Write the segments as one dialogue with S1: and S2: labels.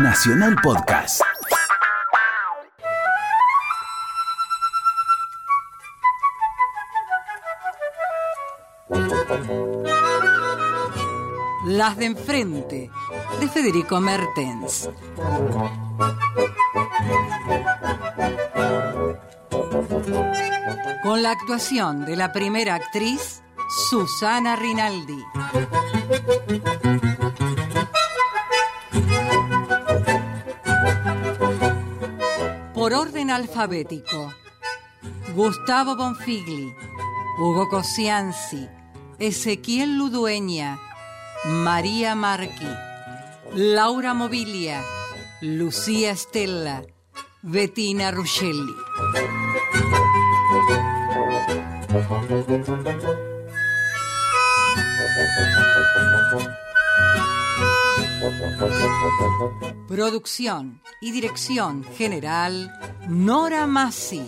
S1: Nacional Podcast.
S2: Las de enfrente, de Federico Mertens. Con la actuación de la primera actriz, Susana Rinaldi. Por orden alfabético, Gustavo Bonfigli, Hugo Cosianzi, Ezequiel Ludueña, María Marqui, Laura Mobilia, Lucía Estella, Bettina Ruscelli. Producción y dirección general Nora Massi.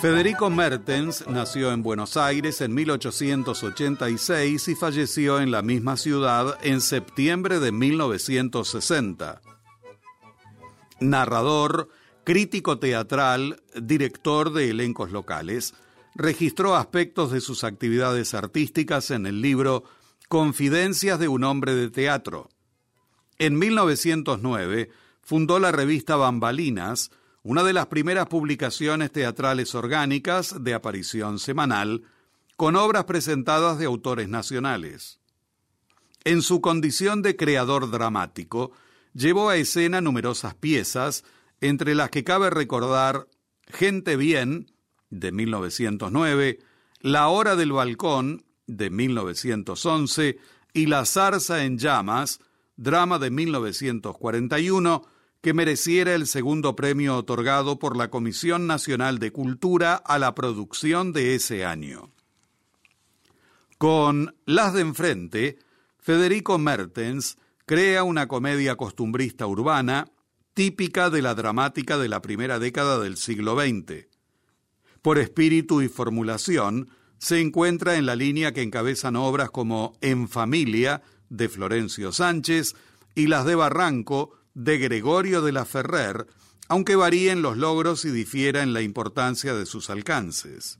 S3: Federico Mertens nació en Buenos Aires en 1886 y falleció en la misma ciudad en septiembre de 1960. Narrador, crítico teatral, director de elencos locales, registró aspectos de sus actividades artísticas en el libro Confidencias de un hombre de teatro. En 1909 fundó la revista Bambalinas, una de las primeras publicaciones teatrales orgánicas de aparición semanal, con obras presentadas de autores nacionales. En su condición de creador dramático, llevó a escena numerosas piezas, entre las que cabe recordar Gente Bien, de 1909, La Hora del Balcón, de 1911, y La Zarza en Llamas, drama de 1941, que mereciera el segundo premio otorgado por la Comisión Nacional de Cultura a la producción de ese año. Con Las de Enfrente, Federico Mertens crea una comedia costumbrista urbana típica de la dramática de la primera década del siglo XX. Por espíritu y formulación, se encuentra en la línea que encabezan obras como En Familia, de Florencio Sánchez, y Las de Barranco, de Gregorio de la Ferrer, aunque varíen los logros y difiera en la importancia de sus alcances.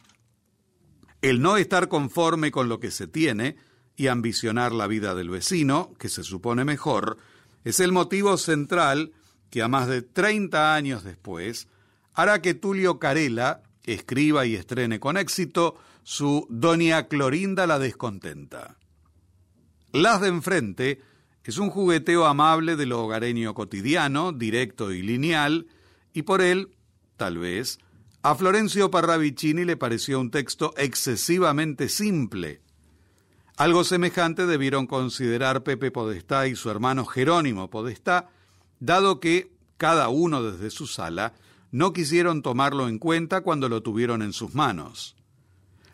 S3: El no estar conforme con lo que se tiene y ambicionar la vida del vecino, que se supone mejor, es el motivo central que a más de 30 años después hará que Tulio Carela escriba y estrene con éxito su Doña Clorinda la Descontenta. Las de enfrente es un jugueteo amable de lo hogareño cotidiano, directo y lineal, y por él, tal vez, a Florencio Parravicini le pareció un texto excesivamente simple. Algo semejante debieron considerar Pepe Podestá y su hermano Jerónimo Podestá, dado que, cada uno desde su sala, no quisieron tomarlo en cuenta cuando lo tuvieron en sus manos.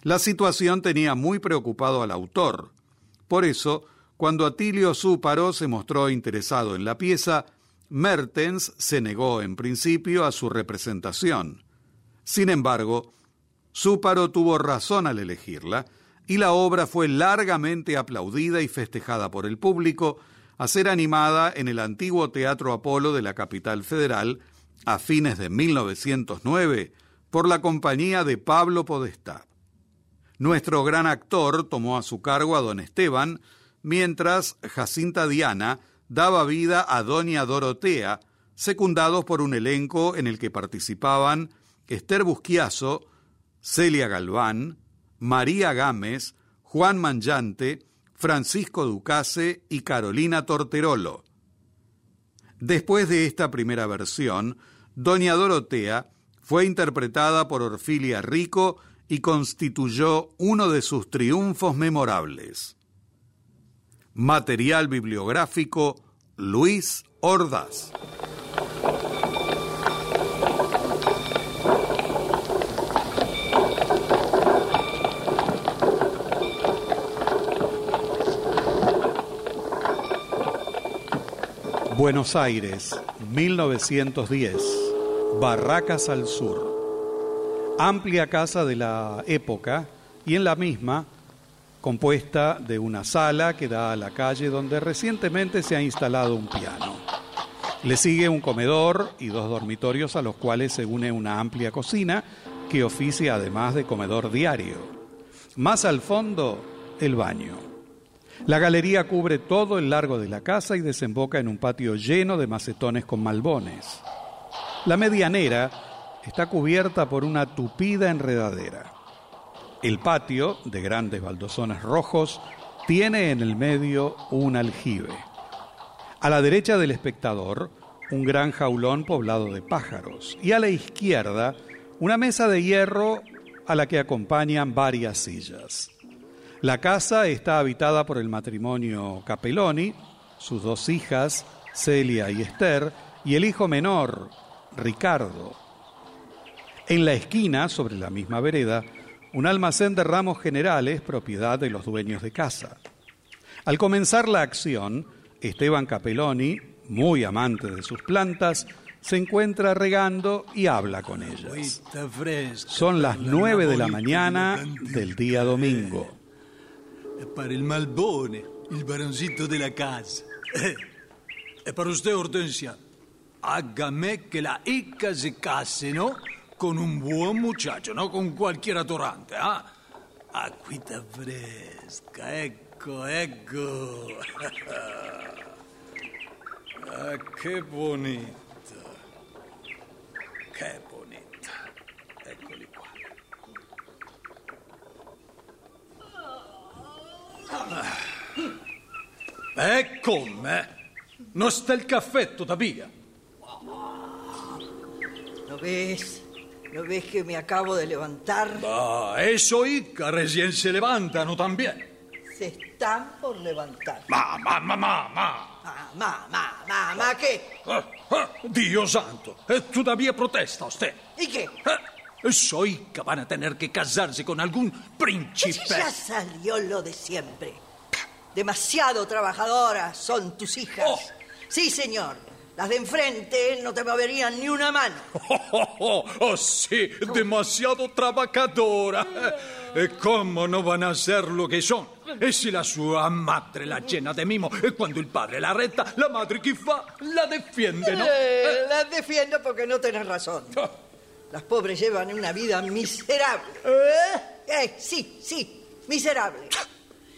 S3: La situación tenía muy preocupado al autor. Por eso, cuando Atilio Súparo se mostró interesado en la pieza, Mertens se negó en principio a su representación. Sin embargo, Súparo tuvo razón al elegirla y la obra fue largamente aplaudida y festejada por el público a ser animada en el antiguo Teatro Apolo de la capital federal a fines de 1909 por la compañía de Pablo Podestá. Nuestro gran actor tomó a su cargo a don Esteban, mientras Jacinta Diana daba vida a Doña Dorotea, secundados por un elenco en el que participaban Esther Busquiazo, Celia Galván, María Gámez, Juan Manllante, Francisco Ducase y Carolina Torterolo. Después de esta primera versión, Doña Dorotea fue interpretada por Orfilia Rico y constituyó uno de sus triunfos memorables. Material bibliográfico Luis Ordaz. Buenos Aires, 1910. Barracas al Sur. amplia casa de la época y en la misma compuesta de una sala que da a la calle donde recientemente se ha instalado un piano. Le sigue un comedor y dos dormitorios a los cuales se une una amplia cocina que oficia además de comedor diario. Más al fondo, el baño. La galería cubre todo el largo de la casa y desemboca en un patio lleno de macetones con malbones. La medianera está cubierta por una tupida enredadera. El patio, de grandes baldosones rojos, tiene en el medio un aljibe. A la derecha del espectador, un gran jaulón poblado de pájaros. Y a la izquierda, una mesa de hierro a la que acompañan varias sillas. La casa está habitada por el matrimonio Capelloni, sus dos hijas, Celia y Esther, y el hijo menor, Ricardo. En la esquina, sobre la misma vereda, un almacén de ramos generales propiedad de los dueños de casa. Al comenzar la acción, Esteban Capelloni, muy amante de sus plantas, se encuentra regando y habla con ellas. Son las nueve de la mañana del día domingo.
S1: Para el malbone, el baroncito de la casa. Eh, Es para usted, Hortensia. Hágame que la hija se case, ¿no? Con un buen muchacho, no con cualquier atorante, ¿ah? Agüita fresca, ecco, ecco. ah, qué bonita. Qué bonita. Ecco, Eccoli qua. E Eh, come? Non sta il caffetto da via.
S4: ¿No ves? ¿No ves que me acabo de levantar?
S1: Ah, eso Ica recién se levantano también.
S4: Se están por levantar.
S1: Mamma, mamma, mamma.
S4: Mamá, mamá, mamá, ¿qué?
S1: Ah, ah, Dio santo, e tu da via protesta, usted.
S4: ¿Y qué?
S1: Eh, so Ica van a tener que casarse con algún príncipe.
S4: Ya salió lo de siempre. Demasiado trabajadoras son tus hijas.
S1: Oh.
S4: Sí, señor. Las de enfrente no te moverían ni una mano.
S1: Oh, oh, oh, oh, sí, demasiado trabajadora. E come non van a ser lo che sono? E se la sua madre la cena de mimo e quando il padre la retta, la madre chi fa? La defiende, no?
S4: Eh, las defiendo porque no tenés razón.
S1: Ah,
S4: Las pobres llevan una vida miserable. Eh, sí, sí, miserable.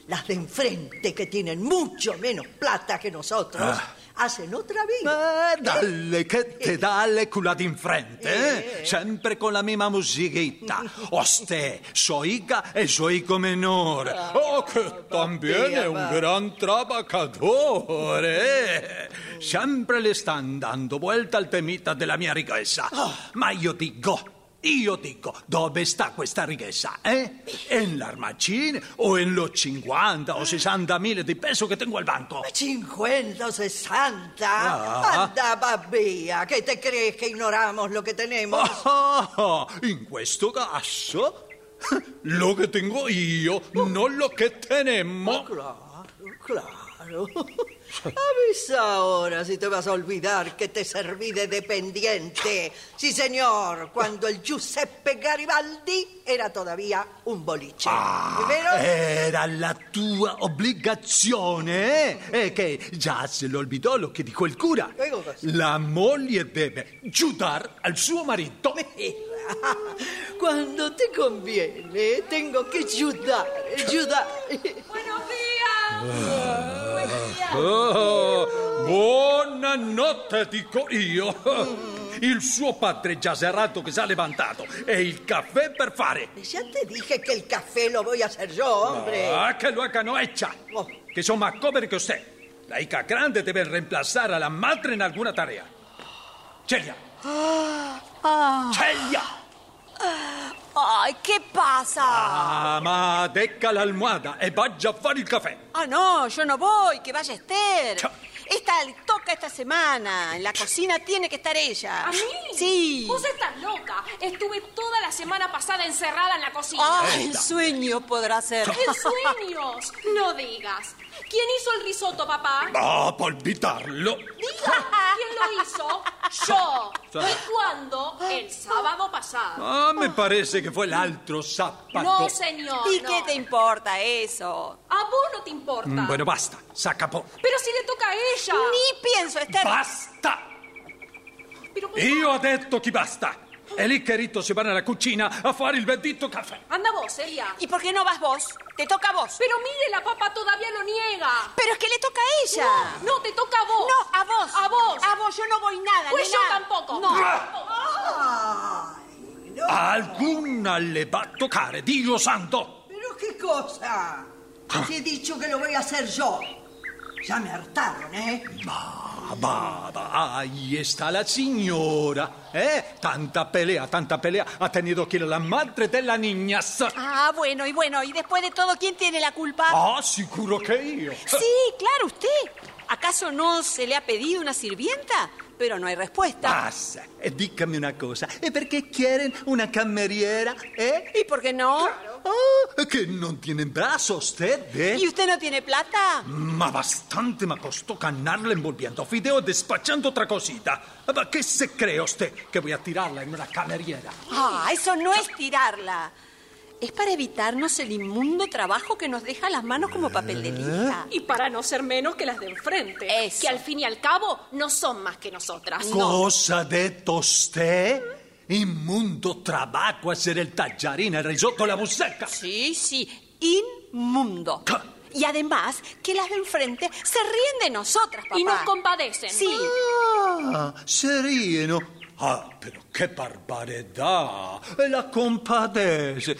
S4: Las de enfrente, que tienen mucho menos plata que nosotros,
S1: Ah.
S4: hacen otra vida.
S1: Ma dalle che te dalle culate in frente, eh? Sempre con la mima musichetta. Oste, soica e soico menore. Oh, che también è un gran trabacatore, eh? Sempre le stanno dando vuelta al temita della mia ricchezza. Ma io dico... Io dico, dove sta questa ricchezza? Eh? In l'armacine o in lo 50 o 60 mila di peso che tengo al banco?
S4: Eh, 50 o 60.
S1: Ah.
S4: Anda, babía, ¿qué te crees que ignoramos lo que tenemos?
S1: Ah, in questo caso, lo che tengo io, non lo che tenemmo.
S4: Claro, claro. Avisa ahora si te vas a olvidar que te serví de dependiente. Sí, señor, cuando el Giuseppe Garibaldi era todavía un boliche.
S1: Ah.
S4: Primero,
S1: Era la tua obbligazione, eh? E che già se lo olvidò lo che dico il cura.
S4: Che cosa?
S1: La moglie deve giudar al suo marito.
S4: cuando te conviene, tengo que ayudar, ayudar.
S5: ¡Buenos días! ¡Buenos días!
S1: Oh, buonanotte, dico io. Il suo padre già serrato che si è levantato e il caffè per fare.
S4: Ya te dije que el café lo voy a hacer yo, hombre.
S1: Ah, che lo hacano hecha.
S4: Oh.
S1: Que son más pobres que usted. La hija grande debe reemplazar a la madre en alguna tarea. Celia. Celia.
S5: ¡Ay, qué pasa!
S1: Mamá, deca la almohada e vaya a fare il caffè.
S5: Ah, no, yo no voy, que vaya Esther.
S1: Cha-
S5: Esta le toca esta semana. En la cocina tiene que estar ella.
S6: ¿A mí?
S5: Sí.
S6: Vos estás loca. Estuve toda la semana pasada encerrada en la cocina.
S5: Ah, el sueño podrá ser.
S6: ¡En sueños! No digas. ¿Quién hizo el risotto, papá?
S1: Ah, para olvidarlo.
S6: ¡Diga! ¿Quién lo hizo yo. ¿Y cuándo? El sábado pasado.
S1: Ah,
S4: Oh.
S1: me parece que fue el altro zapato.
S6: No, señor.
S5: ¿Y
S6: no.
S5: qué te importa eso?
S6: A vos no te importa.
S1: Mm, Bueno, basta, sacapó.
S6: Pero si le toca a ella.
S5: Ni pienso estar.
S1: Basta!
S6: Pero, por
S1: Io ho detto chi basta. E lì che Rito si va nella cucina a fare il bendito caffè.
S6: Anda vos, Elia.
S5: ¿Y por qué no vas vos? Te toca a vos.
S6: Pero mire, la papa todavía lo niega.
S5: Pero es que le toca a ella.
S6: No, no, te toca a vos.
S5: No, a vos.
S6: A vos.
S5: A vos, yo no voy nada.
S6: Pues yo
S5: nena.
S6: tampoco.
S5: No.
S4: ¡Ay! No,
S1: Alguna le va a toccare, Dio santo!
S4: ¿Pero qué cosa? Si he dicho que lo voy a hacer yo. Ya me hartaron, ¿eh?
S1: Ah, bada, ahí está la signora. Eh? Tanta pelea, tanta pelea. Ha tenido que ir la madre della niña.
S5: Ah, bueno, y bueno, y después de todo, ¿quién tiene la culpa?
S1: Ah, sicuro che io.
S5: Sí, claro, usted. ¿Acaso no se le ha pedido una sirvienta? Pero no hay respuesta.
S1: Basta, e dicami una cosa, e perché quieren una cameriera, eh?
S5: ¿Y por qué no? Oh,
S1: Ah, che non tiene brazo usted, eh?
S5: ¿Y usted no tiene plata?
S1: Ma bastante me costó ganarla envolviendo fideo y despachando otra cosita. Ma, ¿Qué se cree usted que voy a tirarla en una cameriera?
S5: Ah, eso no es tirarla. Es para evitarnos el inmundo trabajo que nos deja las manos como papel de
S1: Ah.
S5: lija.
S6: Y para no ser menos que las de enfrente.
S5: Eso.
S6: Que al fin y al cabo no son más que nosotras.
S1: Cosa de usted? Inmundo trabajo hacer el tallarín, el risotto, la buceca.
S5: Sí, sí, inmundo.
S1: ¿Qué?
S5: Y además que las de enfrente se ríen de nosotras, papá.
S6: Y nos compadecen.
S5: Sí,
S1: Ah, sereno. Ah, pero qué barbaridad. La compadece.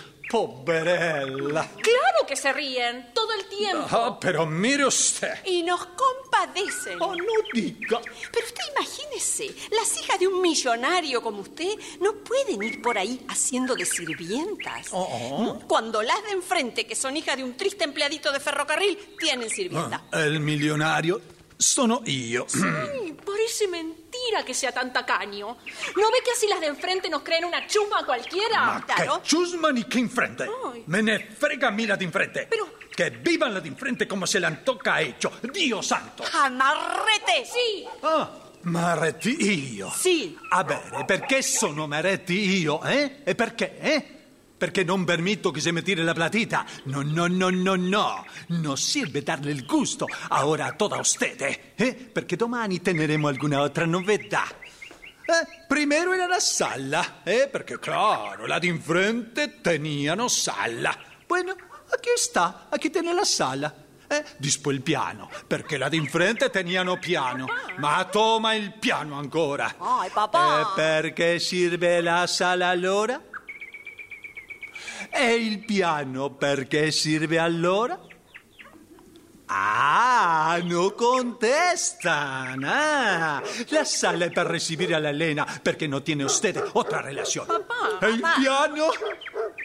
S1: Poverella.
S6: Claro que se ríen todo el tiempo.
S1: Ah, pero mire usted.
S5: y nos compadecen.
S1: Oh, no diga.
S5: Pero usted imagínese, las hijas de un millonario como usted no pueden ir por ahí haciendo de sirvientas.
S1: Oh,
S5: Cuando las de enfrente, que son hijas de un triste empleadito de ferrocarril, tienen sirvienta.
S1: Ah, il milionario sono io.
S6: Ay, Parece mentira que sea tan tacaño. ¿No ve que así las de enfrente nos creen una chuma cualquiera?
S1: Ma che
S5: Taro?
S1: ciusmani che in frente!
S6: Noi.
S1: Me ne frega mila di in frente!
S6: Però-
S1: Che vivan la di in frente come se l'antocca ha hecho! Dio santo!
S5: ¡Amarrete!
S6: Sí,
S1: Ah, ma reti io!
S5: Sì.
S1: Ah bene, perché sono maretti io, eh? E perché, eh? Perché non permetto che si mettire la platita. No, no, no, no, no. Non serve darle il gusto. Ora a toda ustede, eh? Perché domani teneremo alguna otra novità. Eh, primero era la sala, eh, perché claro, la di in frente teníano sala. Bueno, aquí está, aquí tiene la sala. Eh, dispo il piano, perché la di in frente teníano piano. Ma toma il piano ancora.
S5: Ai, papà.
S1: E perché serve la sala allora? E il piano perché serve allora? Ah, no contestan. Ah, la sala es para recibir a la Elena porque no tiene usted otra relación. El piano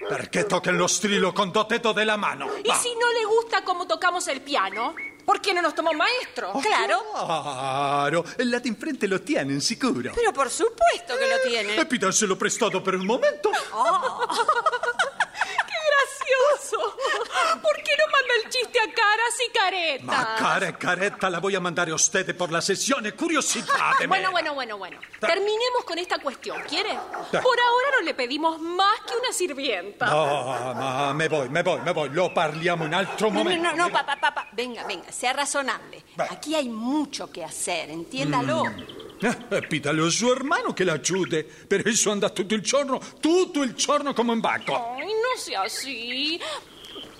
S1: porque toca el nostrilo con dos dedos de la mano. Ah,
S6: ¿y
S1: Va.
S6: si no le gusta cómo tocamos el piano? ¿Por qué no nos toma un maestro?
S5: Claro,
S1: Claro, el de enfrente lo tienen, seguro.
S5: pero por supuesto que lo Oh. tienen.
S1: Eh, pídanselo prestado por un momento.
S6: ¡Gracioso! ¿Por qué no manda el chiste a caras y caretas?
S1: Ma cara e caretta la voy a mandar a usted por la sesión curiosidad.
S6: Bueno, bueno, bueno, bueno. Terminemos con esta cuestión, ¿quiere? Por ahora no le pedimos más que una sirvienta.
S1: No, ma me voy, me voy, me voy. Lo parliamo un altro
S5: No, no,
S1: momento.
S5: no, no, papá, papá. Venga, venga, sea razonable.
S1: Va.
S5: Aquí hay mucho que hacer, entiéndalo.
S1: Eh, pidale a suo hermano che l'aiuti. Per eso anda tutto il giorno, tutto il giorno come un bacco.
S6: Ay, no sea así.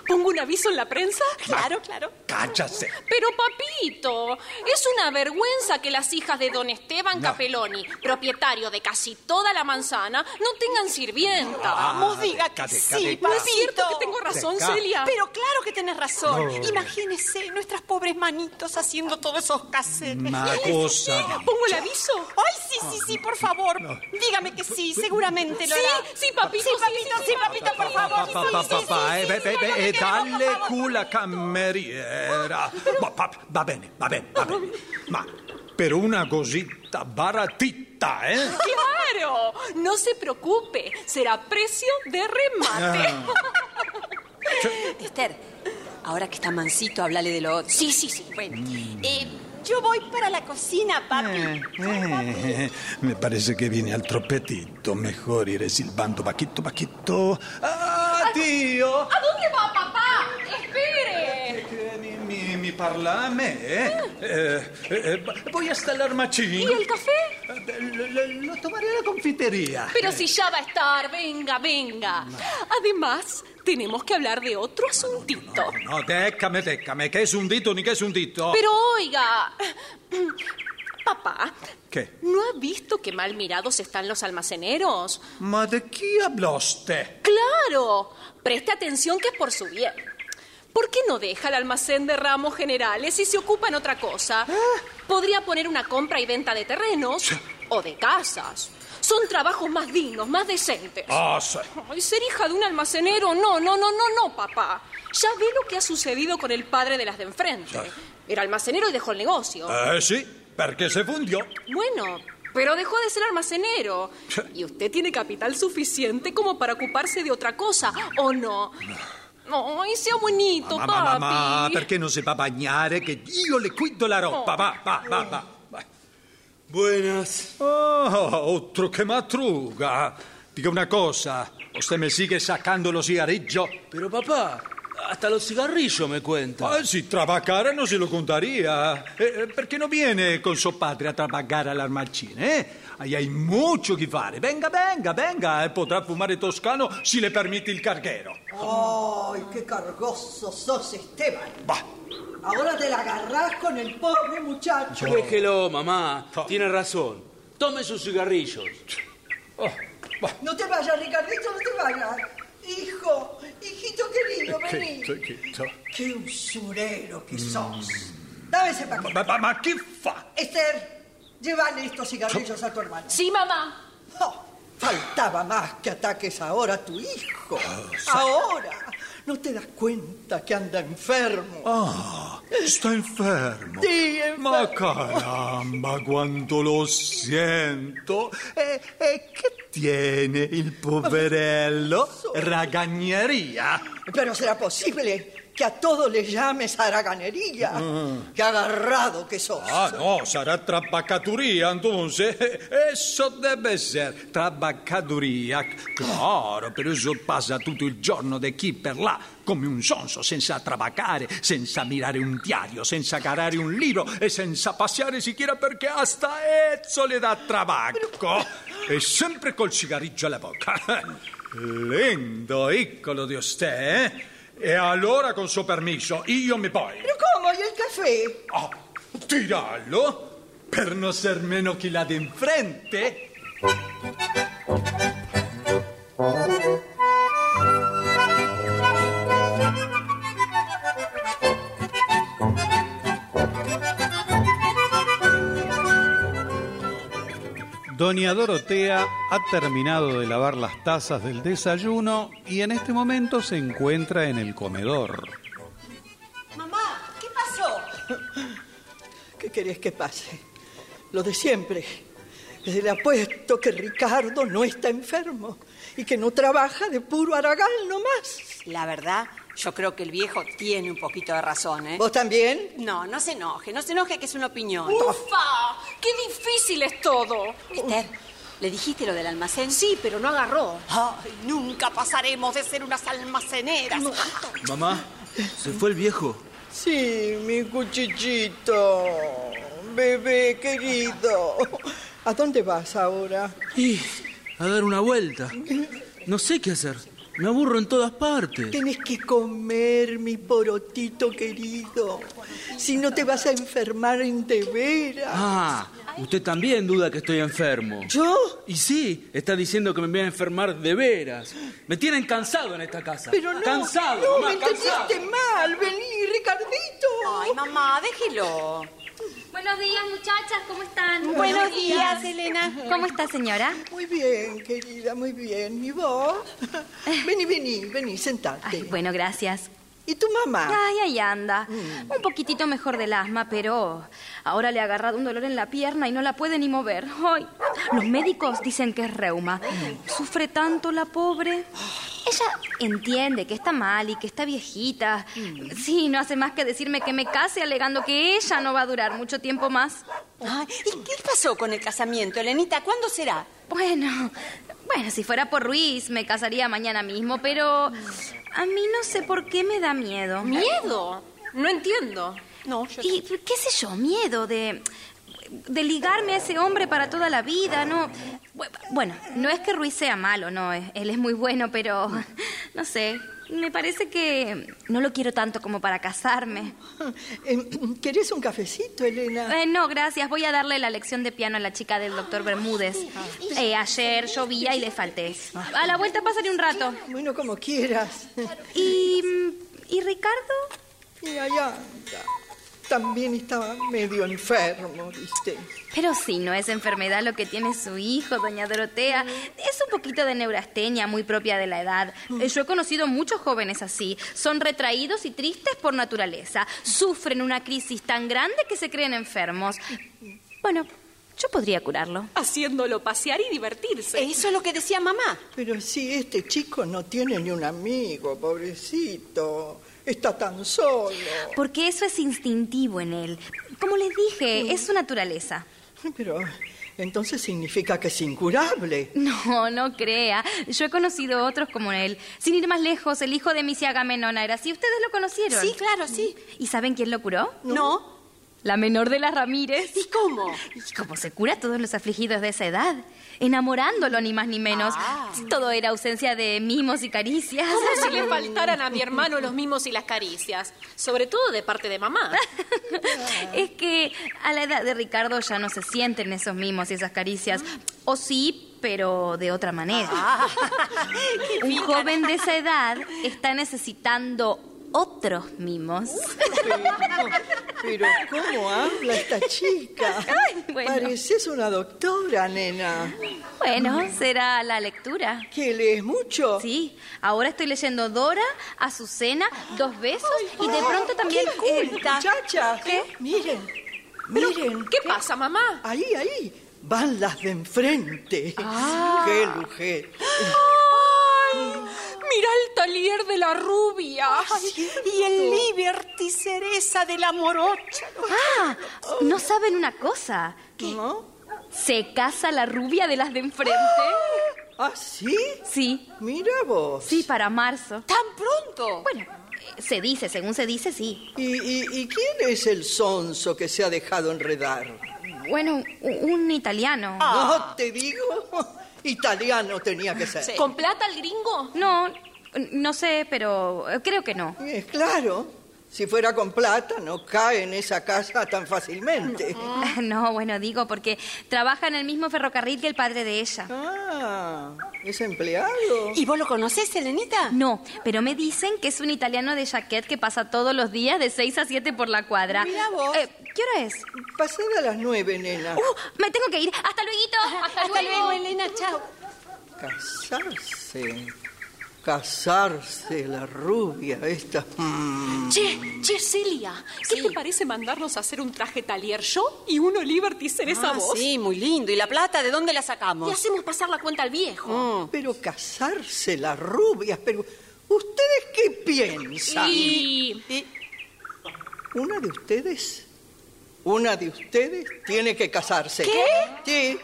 S6: ¿Pongo un aviso en la prensa?
S5: Claro, claro.
S1: Cállase.
S6: Pero papito, es una vergüenza que las hijas de don Esteban Capelloni, propietario de casi toda la manzana, no tengan sirvienta.
S1: Ah,
S5: Vamos, diga que
S1: cadete,
S5: sí,
S1: cadete.
S6: ¿No es cierto
S5: papito.
S6: que tengo razón,
S1: Deca.
S6: Celia?
S5: Pero claro que tenés razón.
S1: No.
S5: Imagínese nuestras pobres manitos haciendo todos esos casetes.
S1: Ma cosa?
S6: ¿Pongo el aviso?
S5: Ay, sí, sí, sí, por favor. Dígame que sí, seguramente lo
S6: Sí,
S5: hará.
S6: sí, papito,
S5: Sí,
S6: sí,
S5: papito,
S6: sí,
S5: sí,
S6: sí,
S5: papito, por favor.
S1: Papà,
S5: Sí, sí,
S1: papà,
S5: sí,
S1: papà,
S5: sí,
S1: eh,
S5: sí,
S1: beh, beh,
S5: sí,
S1: beh,
S5: lo
S1: e
S5: que queremos,
S1: dalle
S5: por favor.
S1: cu la cameriera. Va, va, va bene, va bene, va bene. Ma per una cosita baratita, eh?
S6: ¡Claro! No se preocupe, será precio de remate.
S1: Ah.
S5: Esther, ahora que está mansito, háblale de lo otro.
S6: Sí, sí, sí.
S1: Mm.
S5: Bueno, eh, Yo voy para la cocina, papi.
S1: Eh, me parece que viene al tropetito. Mejor iré silbando vaquito, vaquito. ¡Ah, tío!
S6: ¿A dónde va, papá? ¡Espere!
S1: Eh, Mi, mi, mi parla a me, eh. Eh, eh, eh, voy hasta el
S6: ¿Y
S1: armachín.
S6: el café?
S1: Eh, Lo, lo- lo tomaré a la confitería. Eh,
S6: Pero si ya va a estar, venga, venga. Además, tenemos que hablar de otro asuntito.
S1: No, déjame, déjame. ¿Qué es un dito ni qué es un dito?
S6: Pero oiga, papá,
S1: ¿Qué?
S6: ¿no ha visto que mal mirados están los almaceneros?
S1: ¿Ma de qué hablaste?
S6: Claro, preste atención que es por su bien. ¿Por qué no deja el almacén de ramos generales y se ocupa en otra cosa? Podría poner una compra y venta de terrenos o de casas. Son trabajos más dignos, más decentes.
S1: Ah, sí.
S6: Ay, ser hija de un almacenero, no, no, no, no, no, papá. Ya ve lo que ha sucedido con el padre de las de enfrente. Era almacenero y dejó el negocio.
S1: Eh, sí, porque se fundió.
S6: Bueno, pero dejó de ser almacenero. Y usted tiene capital suficiente como para ocuparse de otra cosa, ¿o no? Ay, sea bonito,
S1: Ma, ma, ma,
S6: papi.
S1: ma, perché non si va a bagnare che io le cuido la roba? Va, va, va, va. va.
S7: Buenas.
S1: Oh, otro che matruga. Dica una cosa, o se mi sigue sacando lo sigarillo,
S7: Pero papá, hasta los cigarrillos me cuentan.
S1: Ah, si trabacara non se lo contaría. Eh, eh, perché non viene con suo padre a trabaccare all'armacina, eh? Hai, hai molto che fare. Venga, venga, venga, e potrà fumare toscano se le permette il carghero.
S4: ¡Ay, qué cargoso sos, Esteban! Ahora te la agarrás con el pobre muchacho.
S7: Déjelo, mamá. Tiene razón. Tome sus cigarrillos.
S4: No te vayas, Ricardito, no te vayas. Hijo, hijito querido, vení. Qué usurero que sos. Dame ese paquete.
S1: Mm. Ma, ma- ma che fa?
S4: Esther, llévale estos cigarrillos a tu hermano.
S6: Sí, mamá.
S4: Oh, faltaba más que ataques ahora a tu hijo. Ahora. ¿No te das cuenta que anda enfermo?
S1: Sta infermo.
S4: Sì, è
S1: Ma
S4: infermo.
S1: caramba, quanto lo sento.
S4: Eh,
S1: E, e che tiene il poverello? Ragagneria.
S4: Pero será posible que a todos les llames haraganería.
S1: Mm.
S4: Qué agarrado que sos.
S1: Ah no, sarà trabaccaturia, entonces. Eso deve essere trabaccaturia. Claro, però io passa tutto il giorno da qui per là, come un sonso, senza trabaccare, senza mirare un diario, senza carare un libro e senza passeare siquiera perché hasta Ezzo le dà trabacco. E sempre col cigariggio alla bocca. Lindo, eccolo di ostè, eh? E allora, con suo permesso, io mi poi.
S4: Pero ¿cómo? ¿Y el café?
S1: Ah, tirarlo per non ser meno che la de enfrente.
S8: Doña Dorotea ha terminado de lavar las tazas del desayuno y en este momento se encuentra en el comedor.
S5: Mamá, ¿qué pasó?
S4: ¿Qué querés que pase? Lo de siempre. Se le apuesto que Ricardo no está enfermo y que no trabaja de puro haragán nomás.
S5: La verdad, yo creo que el viejo tiene un poquito de razón, ¿eh?
S4: ¿Vos también?
S5: No, no se enoje, no se enoje que es una opinión.
S6: Ufa, qué difícil es todo.
S5: Esther, ¿le dijiste lo del almacén?
S6: Sí, pero no agarró.
S5: Ay, nunca pasaremos de ser unas almaceneras.
S7: Mamá, ¿se fue el viejo?
S4: Sí, mi cuchichito. Bebé querido. ¿A dónde vas ahora?
S7: Y a dar una vuelta. No sé qué hacer. Me aburro en todas partes.
S4: Tienes que comer, mi porotito querido. Si no te vas a enfermar en de veras.
S7: Ah, usted también duda que estoy enfermo.
S4: ¿Yo?
S7: Y sí, está diciendo que me voy a enfermar de veras. Me tienen cansado en esta casa.
S4: Pero no.
S7: cansado,
S4: No,
S7: mamá,
S4: me
S7: cansado.
S4: entendiste mal. Vení, Ricardito.
S5: Ay, mamá, déjelo.
S9: Buenos días, muchachas, ¿cómo están?
S5: Buenos días, Elena.
S9: ¿Cómo está, señora?
S4: Muy bien, querida, muy bien. ¿Y vos? Vení, vení, vení, sentate.
S9: Ay, bueno, gracias.
S4: ¿Y tu mamá? Mm.
S9: Ay, ahí anda. Un poquitito mejor del asma, pero ahora le ha agarrado un dolor en la pierna y no la puede ni mover. Ay, los médicos dicen que es reuma. Sufre tanto la pobre. Ella entiende que está mal y que está viejita. Sí, no hace más que decirme que me case alegando que ella no va a durar mucho tiempo más.
S5: Ay, ¿Y qué pasó con el casamiento, Elenita? ¿Cuándo será?
S9: Bueno, bueno, si fuera por Ruiz me casaría mañana mismo, pero a mí no sé por qué me da miedo.
S6: ¿Miedo? No entiendo.
S5: No, yo
S9: Y qué sé yo, miedo de de ligarme a ese hombre para toda la vida, no. Bu- Bueno, no es que Ruiz sea malo, no, eh, él es muy bueno, pero no sé, me parece que no lo quiero tanto como para casarme.
S4: Eh, ¿Querés un cafecito, Elena?
S9: Eh, no, gracias. Voy a darle la lección de piano a la chica del doctor Bermúdez. Eh, ayer llovía y le falté. A la vuelta pasaré un rato.
S4: Bueno, como quieras.
S9: ¿Y, mm, ¿y Ricardo?
S4: Y allá anda. También estaba medio enfermo, ¿viste?
S9: Pero si no es enfermedad lo que tiene su hijo, doña Dorotea. Es un poquito de neurastenia, muy propia de la edad. Eh, Yo he conocido muchos jóvenes así. Son retraídos y tristes por naturaleza. Sufren una crisis tan grande que se creen enfermos. Bueno, yo podría curarlo.
S6: Haciéndolo pasear y divertirse.
S5: Eso es lo que decía mamá.
S4: Pero si este chico no tiene ni un amigo, pobrecito. Está tan solo.
S9: Porque eso es instintivo en él. Como les dije, es su naturaleza.
S4: Pero entonces significa que es incurable.
S9: No, no crea. Yo he conocido otros como él. Sin ir más lejos, el hijo de Missy Agamenona era así. ¿Ustedes lo conocieron?
S5: Sí, claro, sí.
S9: ¿Y saben quién lo curó?
S5: ¿No?
S9: La menor de las Ramírez.
S5: ¿Y cómo?
S9: ¿Y cómo se cura a todos los afligidos de esa edad? Enamorándolo, ni más ni menos.
S5: Ah.
S9: Todo era ausencia de mimos y caricias.
S6: Como si le faltaran a mi hermano los mimos y las caricias. Sobre todo de parte de mamá.
S9: Es que a la edad de Ricardo ya no se sienten esos mimos y esas caricias. O sí, pero de otra manera. Un joven de esa edad está necesitando otros mimos.
S4: Pero, pero ¿cómo habla esta chica?
S9: Ay, bueno.
S4: Pareces una doctora, nena.
S9: Bueno, será la lectura.
S4: ¿Que lees mucho?
S9: Sí, ahora estoy leyendo Dora, Azucena, Dos Besos y de pronto también...
S4: Uy,
S9: eh, ta-
S4: muchacha.
S9: ¿Qué?
S4: Miren, miren.
S6: ¿Qué pasa, mamá?
S4: Ahí, ahí. Van las de enfrente.
S9: Ah.
S4: ¡Qué lujer!
S6: ¡Ay! Mira el talier de la rubia.
S5: Y el Liberty Cereza de la morocha.
S9: Ah, no saben una cosa.
S4: ¿No?
S9: ¿Se casa la rubia de las de enfrente?
S4: ¿Ah, sí?
S9: Sí,
S4: Mira vos.
S9: sí, para marzo.
S5: ¿Tan pronto?
S9: Bueno, eh, se dice, según se dice, sí.
S4: ¿Y, y, y quién es el sonso que se ha dejado enredar?
S9: Bueno, u- un italiano.
S4: Ah. No te digo. Italiano tenía que ser.
S5: Sí.
S6: ¿Con plata el gringo?
S9: No, n- no sé, pero eh, creo que no.
S4: Es claro. Si fuera con plata, no cae en esa casa tan fácilmente.
S9: No, bueno, digo, porque trabaja en el mismo ferrocarril que el padre de ella.
S4: Ah, es empleado.
S5: ¿Y vos lo conocés, Elenita?
S9: No, pero me dicen que es un italiano de jaquet que pasa todos los días de 6 a 7 por la cuadra.
S5: Mira vos.
S9: Eh, ¿Qué hora es?
S4: Pasada las nueve, nena.
S9: Uh, me tengo que ir. Hasta luego. Hasta, luego.
S5: Ah, Elena, chao.
S4: Casarse. Casarse, la rubia esta. Mm.
S6: Che, che, Celia, ¿qué te parece mandarnos a hacer un traje talier yo y uno Liberty Cereza
S5: Ah,
S6: vos?
S5: sí, muy lindo. ¿Y la plata de dónde la
S6: Y
S5: sacamos?
S6: hacemos pasar la cuenta al viejo.
S4: Pero casarse, la rubia. Pero, ¿ustedes qué piensan?
S6: Y...
S4: ¿Una de ustedes? Una de ustedes tiene que casarse. ¿Qué? Sí.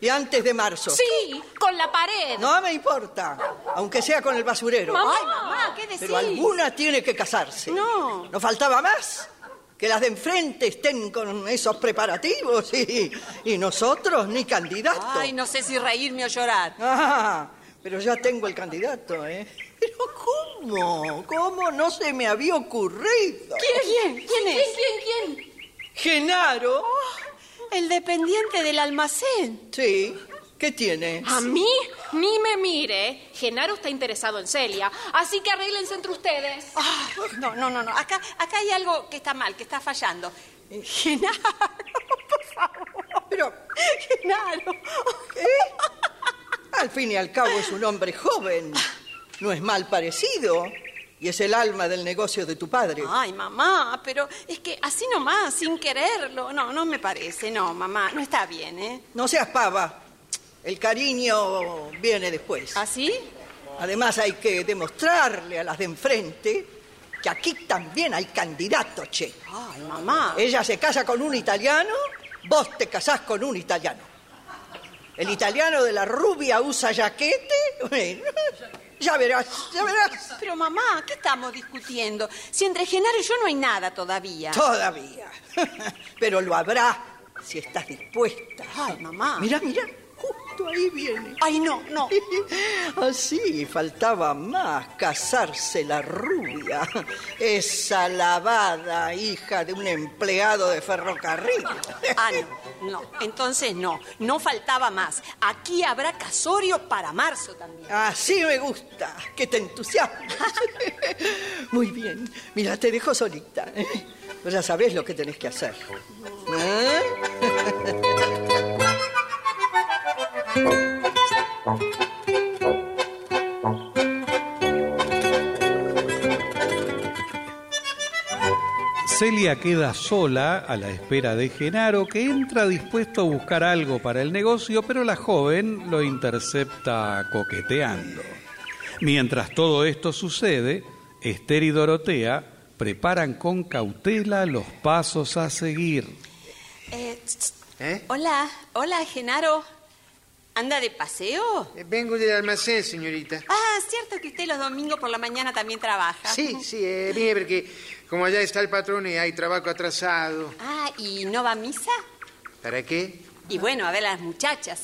S4: Y antes de marzo.
S6: Sí, con la pared.
S4: No me importa, aunque sea con el basurero.
S6: Mamá.
S5: Ay, mamá, ¿qué decís?
S4: Pero alguna tiene que casarse.
S5: No.
S4: No faltaba más que las de enfrente estén con esos preparativos y, y nosotros ni candidato.
S5: Ay, no sé si reírme o llorar.
S4: Ah, pero ya tengo el candidato, ¿eh? Pero ¿cómo? ¿Cómo no se me había ocurrido?
S5: ¿Quién? ¿Quién, ¿Quién es?
S6: ¿Quién, quién?
S4: ¿Genaro?
S5: El dependiente del almacén.
S4: Sí. ¿Qué tiene?
S6: A mí ni me mire. Genaro está interesado en Celia, así que arréglense entre ustedes.
S5: Ah, no, no, no, no. Acá, acá hay algo que está mal, que está fallando. Genaro, por favor.
S4: Pero,
S5: Genaro.
S4: al fin y al cabo, es un hombre joven. No es mal parecido. Y es el alma del negocio de tu padre.
S5: Ay, mamá, pero es que así nomás, sin quererlo. No, no me parece. No, mamá, no está bien, ¿eh? ¿Ah,
S4: No seas pava. El cariño viene después.
S5: ¿Así?
S4: Además hay que demostrarle a las de enfrente que aquí también hay candidatos, che.
S5: Ay, mamá.
S4: Ella se casa con un italiano, vos te casás con un italiano. El italiano de la rubia usa jaquete, bueno, ya verás, ya verás.
S5: Pero mamá, ¿qué estamos discutiendo? Si entre Genaro y yo no hay nada todavía.
S4: Todavía. Pero lo habrá si estás dispuesta.
S5: Ay, mamá.
S4: Mirá, mirá, justo ahí viene.
S5: Ah. Ay, no, no.
S4: Así faltaba más casarse la rubia, esa lavada hija de un empleado de ferrocarril.
S5: Ah, no, no. Entonces no, no faltaba más. Aquí habrá casorio para marzo también.
S4: Así me gusta, que te entusiasmas. Muy bien, mira, te dejo solita. Pero Ya sabés lo que tenés que hacer. ¿Eh?
S8: Celia queda sola a la espera de Genaro, que entra dispuesto a buscar algo para el negocio, pero la joven lo intercepta coqueteando. Mientras todo esto sucede, Esther y Dorotea preparan con cautela los pasos a seguir.
S5: Eh, tss, tss.
S10: ¿Eh?
S5: Hola, hola, Genaro. ¿Anda de paseo?
S10: Eh, Vengo del almacén, señorita.
S5: Ah, cierto que usted los domingos por la mañana también
S6: Ah.
S5: trabaja.
S10: Sí, sí, eh, vine porque como allá está el patrón y hay trabajo atrasado.
S5: Ah, ¿y no va a misa?
S10: ¿Para qué?
S5: Y bueno, a ver a las muchachas.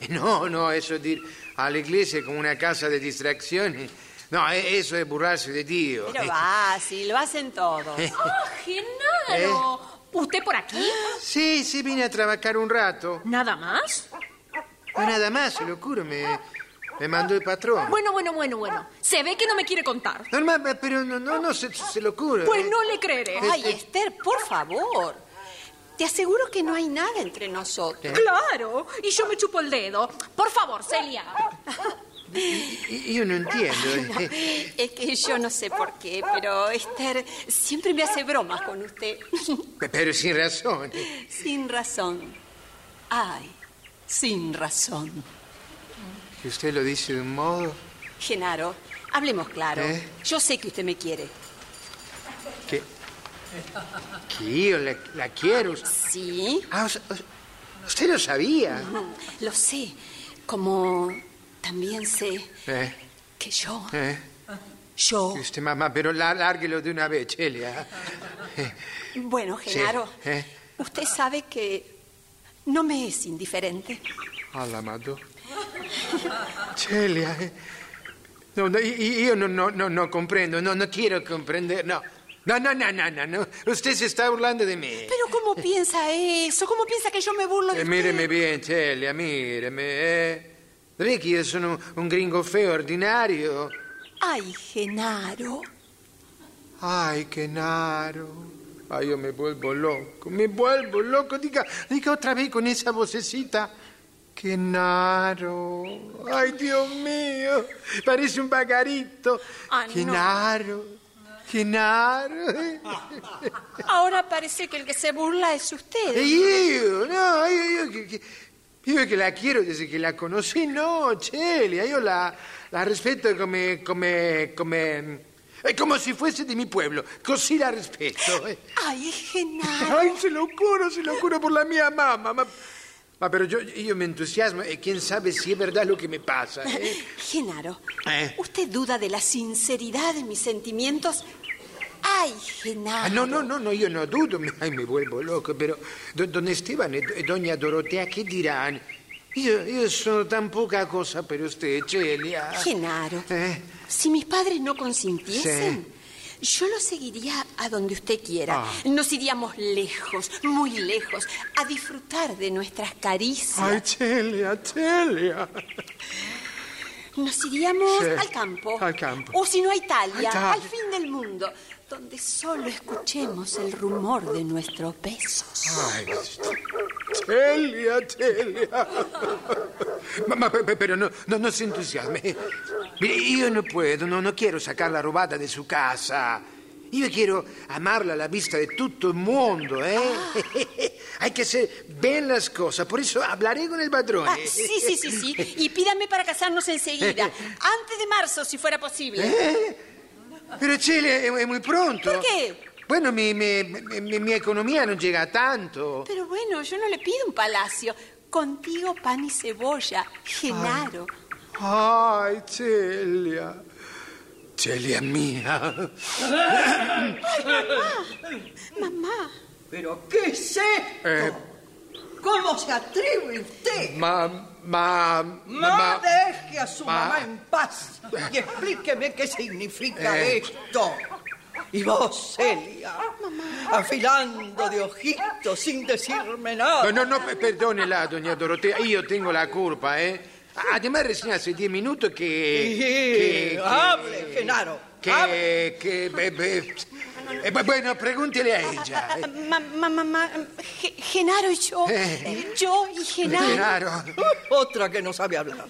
S10: Eh, No, no, eso es ir a la iglesia como una casa de distracciones. No, eh, eso es burlarse de ¿eh? tío.
S5: Pero va, sí, lo hacen todos.
S6: ¡Ah, Genaro! ¿Usted por aquí?
S10: Sí, sí, vine a trabajar un rato.
S6: ¿Nada más?
S10: No, nada más, se lo juro, me, me mandó el patrón.
S6: Bueno, bueno, bueno, bueno. Se ve que no me quiere contar.
S10: Normal, eh, pero no, no, no, se, se lo juro.
S6: Pues
S10: eh.
S6: no le creeré.
S5: Ay, Esther, por favor. Te aseguro que no hay nada entre nosotros.
S6: Claro, y yo me chupo el dedo. Por favor, Celia.
S10: Y- Yo no entiendo. eh.
S5: Es que yo no sé por qué, pero Esther siempre me hace bromas con usted.
S10: Pero sin razón. ¿eh?
S5: Sin razón. Ay, sin razón.
S10: Que usted lo dice de un modo
S5: Genaro, hablemos claro.
S10: ¿Eh?
S5: Yo sé que usted me quiere.
S10: que... Que yo la, la quiero.
S5: Sí,
S10: Ah, o sea, o sea, usted lo sabía.
S5: lo sé. Como también sé
S10: Eh,
S5: que yo,
S10: eh.
S5: yo...
S10: Usted, mamá, pero lá- lárguelo de una vez, Chelia.
S5: Bueno, Genaro,
S10: ¿eh?
S5: usted sabe que no me es indiferente.
S10: Alamato. Celia, eh. No, no, y- y- io non, no- no- non comprendo, no, no quiero comprendere, no. No, no, no, no, no, no. Usted se está burlando de mí.
S5: Pero ¿cómo piensa eso? ¿Cómo piensa que yo me burlo de
S10: Eh,
S5: usted?
S10: míreme bien, Celia, míreme. Eh. Lo vedi che io sono un gringo feo ordinario?
S5: Ay, Genaro.
S10: Ay, che naro. Ay, io mi vuelvo loco, mi vuelvo loco. Dica, dica otra vez con esa vocecita. Che naro. Ay, Dio mio. Parece un bagarito.
S6: Ah,
S10: che
S6: no.
S10: naro. Che naro.
S5: Ahora parece que el que se burla es
S10: E
S5: usted.
S10: io, no, io, io che, che- io che la quiero desde che la conosci, no, Celia, io la, la rispetto come, come, come, è come se fosse di mio pueblo, così la rispetto. eh.
S5: Ay, Genaro.
S10: Ay, se lo juro, se lo juro por la mía mamá. ma- ma pero yo, yo me entusiasmo y quién sabe si es verdad lo que me pasa. ¿eh?
S5: Genaro,
S10: Eh.
S5: ¿usted duda de la sinceridad de mis sentimientos? Ay, Genaro.
S10: Ah, no, no, no, no, yo no dudo. me- Ay, me vuelvo loco, pero do- don Esteban e do- e doña Dorotea, ¿qué dirán? Yo, yo soy tan poca cosa para usted, Celia.
S5: Genaro,
S10: Eh.
S5: si mis padres no consintiesen, yo lo seguiría a donde usted quiera.
S10: Ah.
S5: Nos iríamos lejos, muy lejos, a disfrutar de nuestras caricias.
S10: Ay, Celia, Celia.
S5: Nos iríamos
S10: Sí,
S5: al campo.
S10: al campo.
S5: O si no a Italia,
S10: A Italia.
S5: al fin del mundo, donde solo escuchemos el rumor de nuestros besos.
S10: Ay, Celia, Celia. Mamá, pe- pe- pero no, no, no se entusiasme. Mire, yo no puedo, no, no quiero sacarla robada de su
S5: Ah.
S10: casa. Yo quiero amarla a la vista de tutto el mundo, ¿eh? Hay que hacer bien las cosas. Por eso hablaré con el ¿eh? patrón.
S5: Ah, sí, sí, sí, sí. Y pídame para casarnos enseguida. Antes de marzo, si fuera posible.
S10: ¿Eh? Pero Chile, es, es muy pronto.
S5: ¿Por qué?
S10: Bueno, mi, mi- mi- mi- mi economía no llega a tanto.
S5: Pero bueno, yo no le pido un palacio. Contigo pan y cebolla, Genaro.
S10: Ay, Celia. Celia mía.
S5: Mamá.
S4: ¿Pero qué es esto?
S10: Eh,
S4: ¿Cómo se atreve usted?
S10: ma, ma,
S4: No
S10: mamá.
S4: deje a su
S10: Ma-
S4: mamá en paz y explíqueme qué significa
S10: Eh.
S4: esto. Y vos, Celia, afilando de ojito sin decirme nada.
S10: No, no, no, pe- perdónela, doña Dorotea. Io tengo la culpa, ¿eh? Además, recién hace 10 minutos que.
S4: Eh,
S10: que-
S4: hable, Genaro. hable.
S10: que. que. be- be- eh, bu- bueno, pregúntele a ella.
S5: Ah, ma- ma- ma- ma- Ge- Genaro y yo.
S10: Eh.
S5: Yo y Genaro.
S10: Claro.
S4: Otra que no sabe hablar.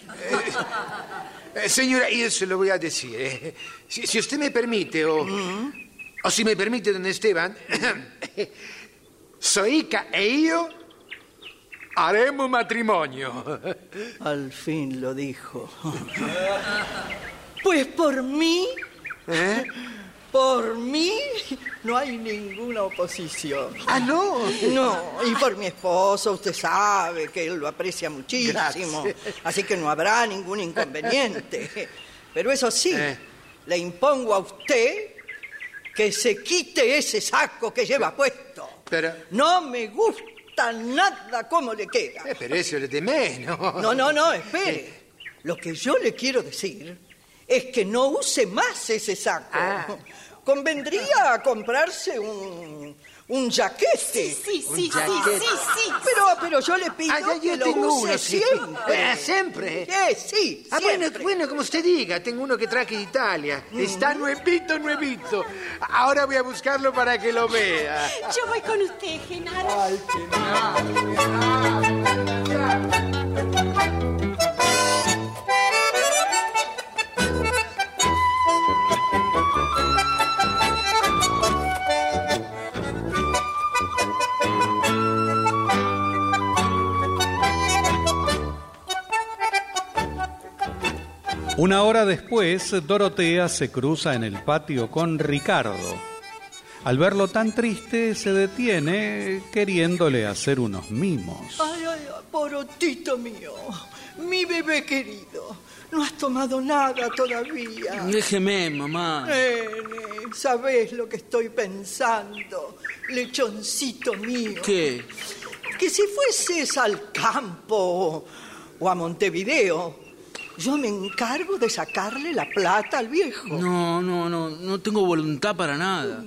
S10: Eh, señora, yo se lo voy a decir. eh. Si, si usted me permite, o, o si me permite, don Esteban, Soica e yo haremos matrimonio.
S4: Al fin lo dijo. Pues por mí,
S10: ¿Eh?
S4: por mí, no hay ninguna oposición.
S10: Ah, no.
S4: No, y por mi esposo, usted sabe que él lo aprecia muchísimo.
S10: Gracias.
S4: Así que no habrá ningún inconveniente. Pero eso sí,
S10: Eh.
S4: le impongo a usted que se quite ese saco que lleva puesto.
S10: Pero,
S4: No me gusta nada cómo le queda.
S10: eh, pero eso es de menos. Eh.
S4: No, no, no, espere. Lo que yo le quiero decir es que no use más ese saco.
S10: Ah.
S4: Convendría a comprarse un, un jaquete.
S5: Sí, sí,
S10: Un
S5: sí, sí,
S10: jaquete.
S5: sí, sí.
S4: Pero, pero yo le pido
S10: Ah, ya, yo
S4: que lo
S10: tengo
S4: use
S10: uno, sí.
S4: siempre.
S10: Ah, ¿siempre?
S4: Eh, sí,
S10: Ah, bueno,
S4: siempre. Mm.
S10: bueno, como usted diga, tengo uno que traje de Italia. Está nuevito, nuevito. Ahora voy a buscarlo para que lo vea.
S5: Yo voy con usted, Genaro.
S8: Una hora después, Dorotea se cruza en el patio con Ricardo. Al verlo tan triste, se detiene queriéndole hacer unos mimos.
S4: Ay, ay, ay, porotito mío, mi bebé querido, no has tomado nada todavía.
S7: Déjeme, mamá.
S4: Nene, ¿sabes lo que estoy pensando? Lechoncito mío.
S7: ¿Qué?
S4: Que si fueses al campo o a Montevideo, yo me encargo de sacarle la plata al viejo.
S7: No, no, no, no tengo voluntad para nada.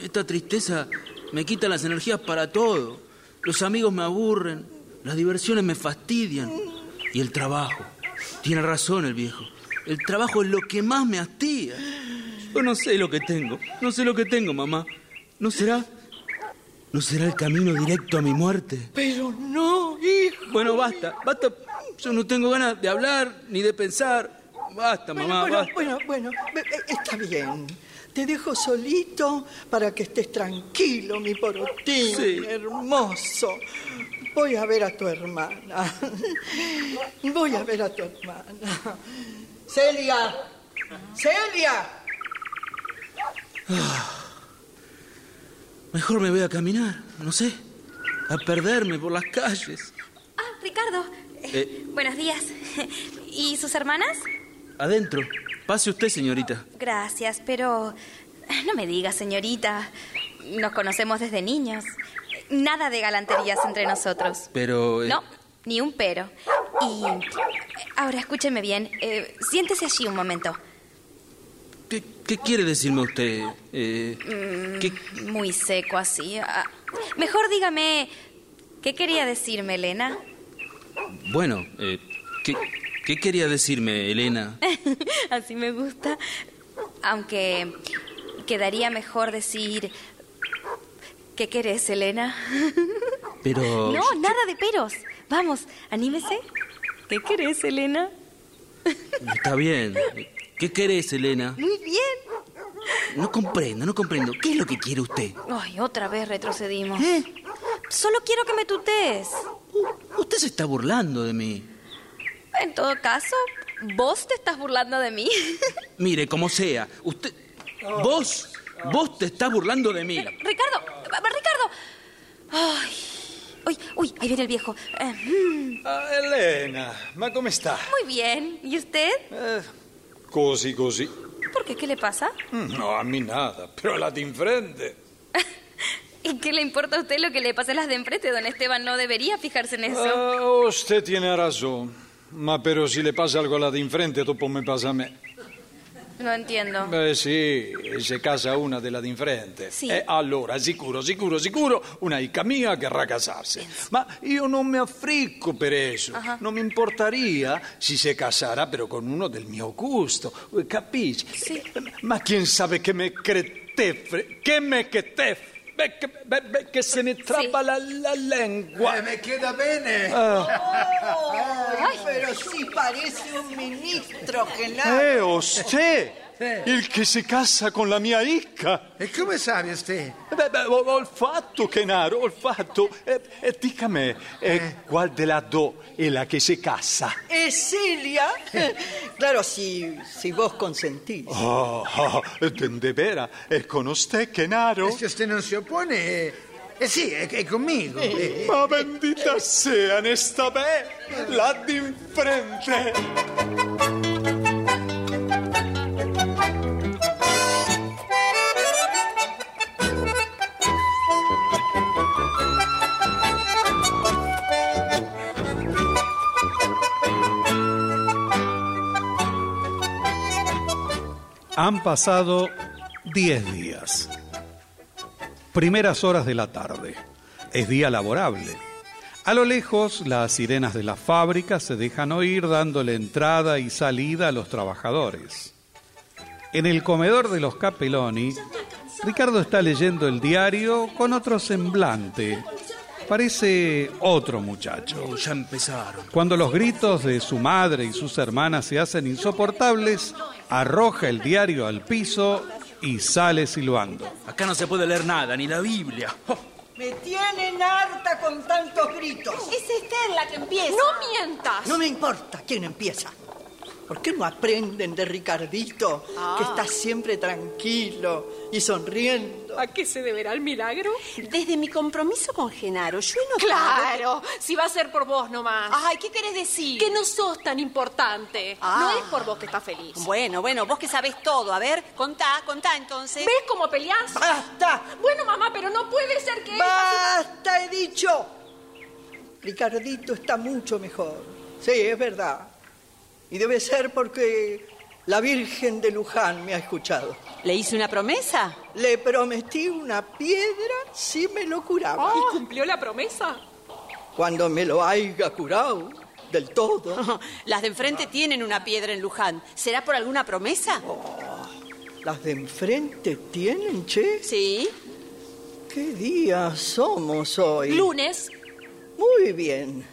S7: Esta tristeza me quita las energías para todo. Los amigos me aburren, las diversiones me fastidian. Y el trabajo. Tiene razón el viejo. El trabajo es lo que más me hastía. Yo no sé lo que tengo. No sé lo que tengo, mamá. ¿No será? ¿No será el camino directo a mi muerte?
S4: Pero no, hijo.
S7: Bueno, basta, basta. Yo no tengo ganas de hablar ni de pensar. Basta,
S4: Bueno,
S7: mamá,
S4: bueno,
S7: basta.
S4: bueno, bueno, be- be- está bien. Te dejo solito para que estés tranquilo, mi porotín
S7: Sí.
S4: hermoso. Voy a ver a tu hermana. Voy a ver a tu hermana. Celia, Celia.
S7: Ah. Mejor me voy a caminar, no sé, a perderme por las calles.
S9: Ah, Ricardo.
S7: Eh.
S9: Buenos días. ¿Y sus hermanas?
S7: Adentro. Pase usted, señorita.
S9: Gracias, pero no me diga, señorita. Nos conocemos desde niños. Nada de galanterías entre nosotros.
S7: Pero... eh,
S9: No, ni un pero. Y ahora escúcheme bien. eh, siéntese allí un momento.
S7: ¿qué, qué quiere decirme usted? Eh, ¿qué-
S9: Mm, Muy seco así. Ah, Mejor dígame, ¿qué quería decirme, Elena?
S7: Bueno, eh, ¿qué, qué quería decirme, Elena?
S9: Así me gusta. Aunque quedaría mejor decir, ¿qué querés, Elena?
S7: Pero...
S9: No, nada de peros. Vamos, anímese. ¿Qué querés, Elena?
S7: Está bien. ¿Qué querés, Elena?
S9: Muy bien.
S7: No comprendo, no comprendo. ¿Qué es lo que quiere usted?
S9: Ay, otra vez retrocedimos.
S11: Solo quiero que me tutees.
S7: Usted se está burlando de mí.
S9: En todo caso, vos te estás burlando de mí.
S7: Mire, como sea, usted... Vos, vos te estás burlando de mí.
S11: Ricardo, va- va- Ricardo. Ay, uy, uy, ahí viene el viejo. Eh, mm,
S1: Ah, Elena, ma come sta?
S11: muy bien. ¿Y usted?
S1: Così, così.
S11: ¿Por qué? ¿Qué le pasa?
S1: Mm, No, a me nada, però la ti infrende.
S9: ¿Y qué le importa a usted lo que le pase a las de enfrente, don Esteban? No debería fijarse en eso.
S1: Ah, usted tiene razón, ma però se le passa algo alla di infrente, dopo me passa a me.
S9: No entiendo.
S1: Beh sì, se casa una della di infrente.
S9: Sì.
S1: E allora, sicuro, sicuro, sicuro, una icca mia querrà casarsi. Ma io non mi affricco per eso. Non mi importaria se si casara però con uno del mio gusto. Eh, Capisci? Ma chi sa che me cretefre, che me che te... beh, che- beh, beh, Che se ne trabba la, la lengua.
S10: Eh,
S1: Eh.
S10: me queda bene.
S4: Ay, pero sí parece un ministro que nada.
S1: Eh,
S10: oh,
S1: usted, il che si casa con la mia icca.
S10: E come sa usted?
S1: Eh Beh, beh, ho, ho il fatto, Kenaro, ho il fatto. E, e dica a me, eh, qual della do è la che si cassa?
S4: Eh, Celia, claro, si, si vos consentís.
S1: Oh, oh de vera, è con usted, Kenaro.
S10: Se usted non si oppone, eh, eh sì, è, è conmigo. Eh,
S1: Ma bendita sea, ne sta bene, là d'infrente.
S8: Han pasado 10 días. Primeras horas de la tarde. Es día laborable. A lo lejos, las sirenas de las fábricas se dejan oír dándole entrada y salida a los trabajadores. En el comedor de los Capeloni, Ricardo está leyendo el diario con otro semblante. Parece otro muchacho.
S7: Oh, ya empezaron.
S8: Cuando los gritos de su madre y sus hermanas se hacen insoportables, arroja el diario al piso y sale silbando.
S7: Acá no se puede leer nada, ni la Biblia. Oh,
S4: Me tienen harta con tantos gritos.
S5: Es Esther la que empieza.
S6: ¡No mientas!
S4: No me importa quién empieza. ¿Por qué no aprenden de Ricardito,
S6: Ah.
S4: que está siempre tranquilo y sonriendo?
S6: ¿A qué se deberá el milagro?
S5: Desde mi compromiso con Genaro, yo he notado...
S6: Claro, si va a ser por vos nomás.
S5: Ay, ¿qué querés decir?
S6: Que no sos tan importante.
S5: Ah.
S6: No es por vos que estás feliz.
S5: Bueno, bueno, vos que sabés todo. A ver, contá, contá entonces.
S6: ¿Ves cómo peleás?
S4: ¡Basta!
S6: Bueno, mamá, pero no puede ser que...
S4: ¡Basta, he dicho! Ricardito está mucho mejor. Sí, es verdad. Y debe ser porque la Virgen de Luján me ha escuchado.
S5: ¿Le hice una promesa?
S4: Le prometí una piedra si me lo curaba.
S6: Ah. ¿Y cumplió la promesa?
S4: Cuando me lo haya curado del todo,
S5: Las de enfrente tienen una piedra en Luján. ¿Será por alguna promesa?
S6: Oh.
S4: las de enfrente tienen, che.
S5: Sí.
S4: ¿Qué día somos hoy?
S6: Lunes.
S4: Muy bien.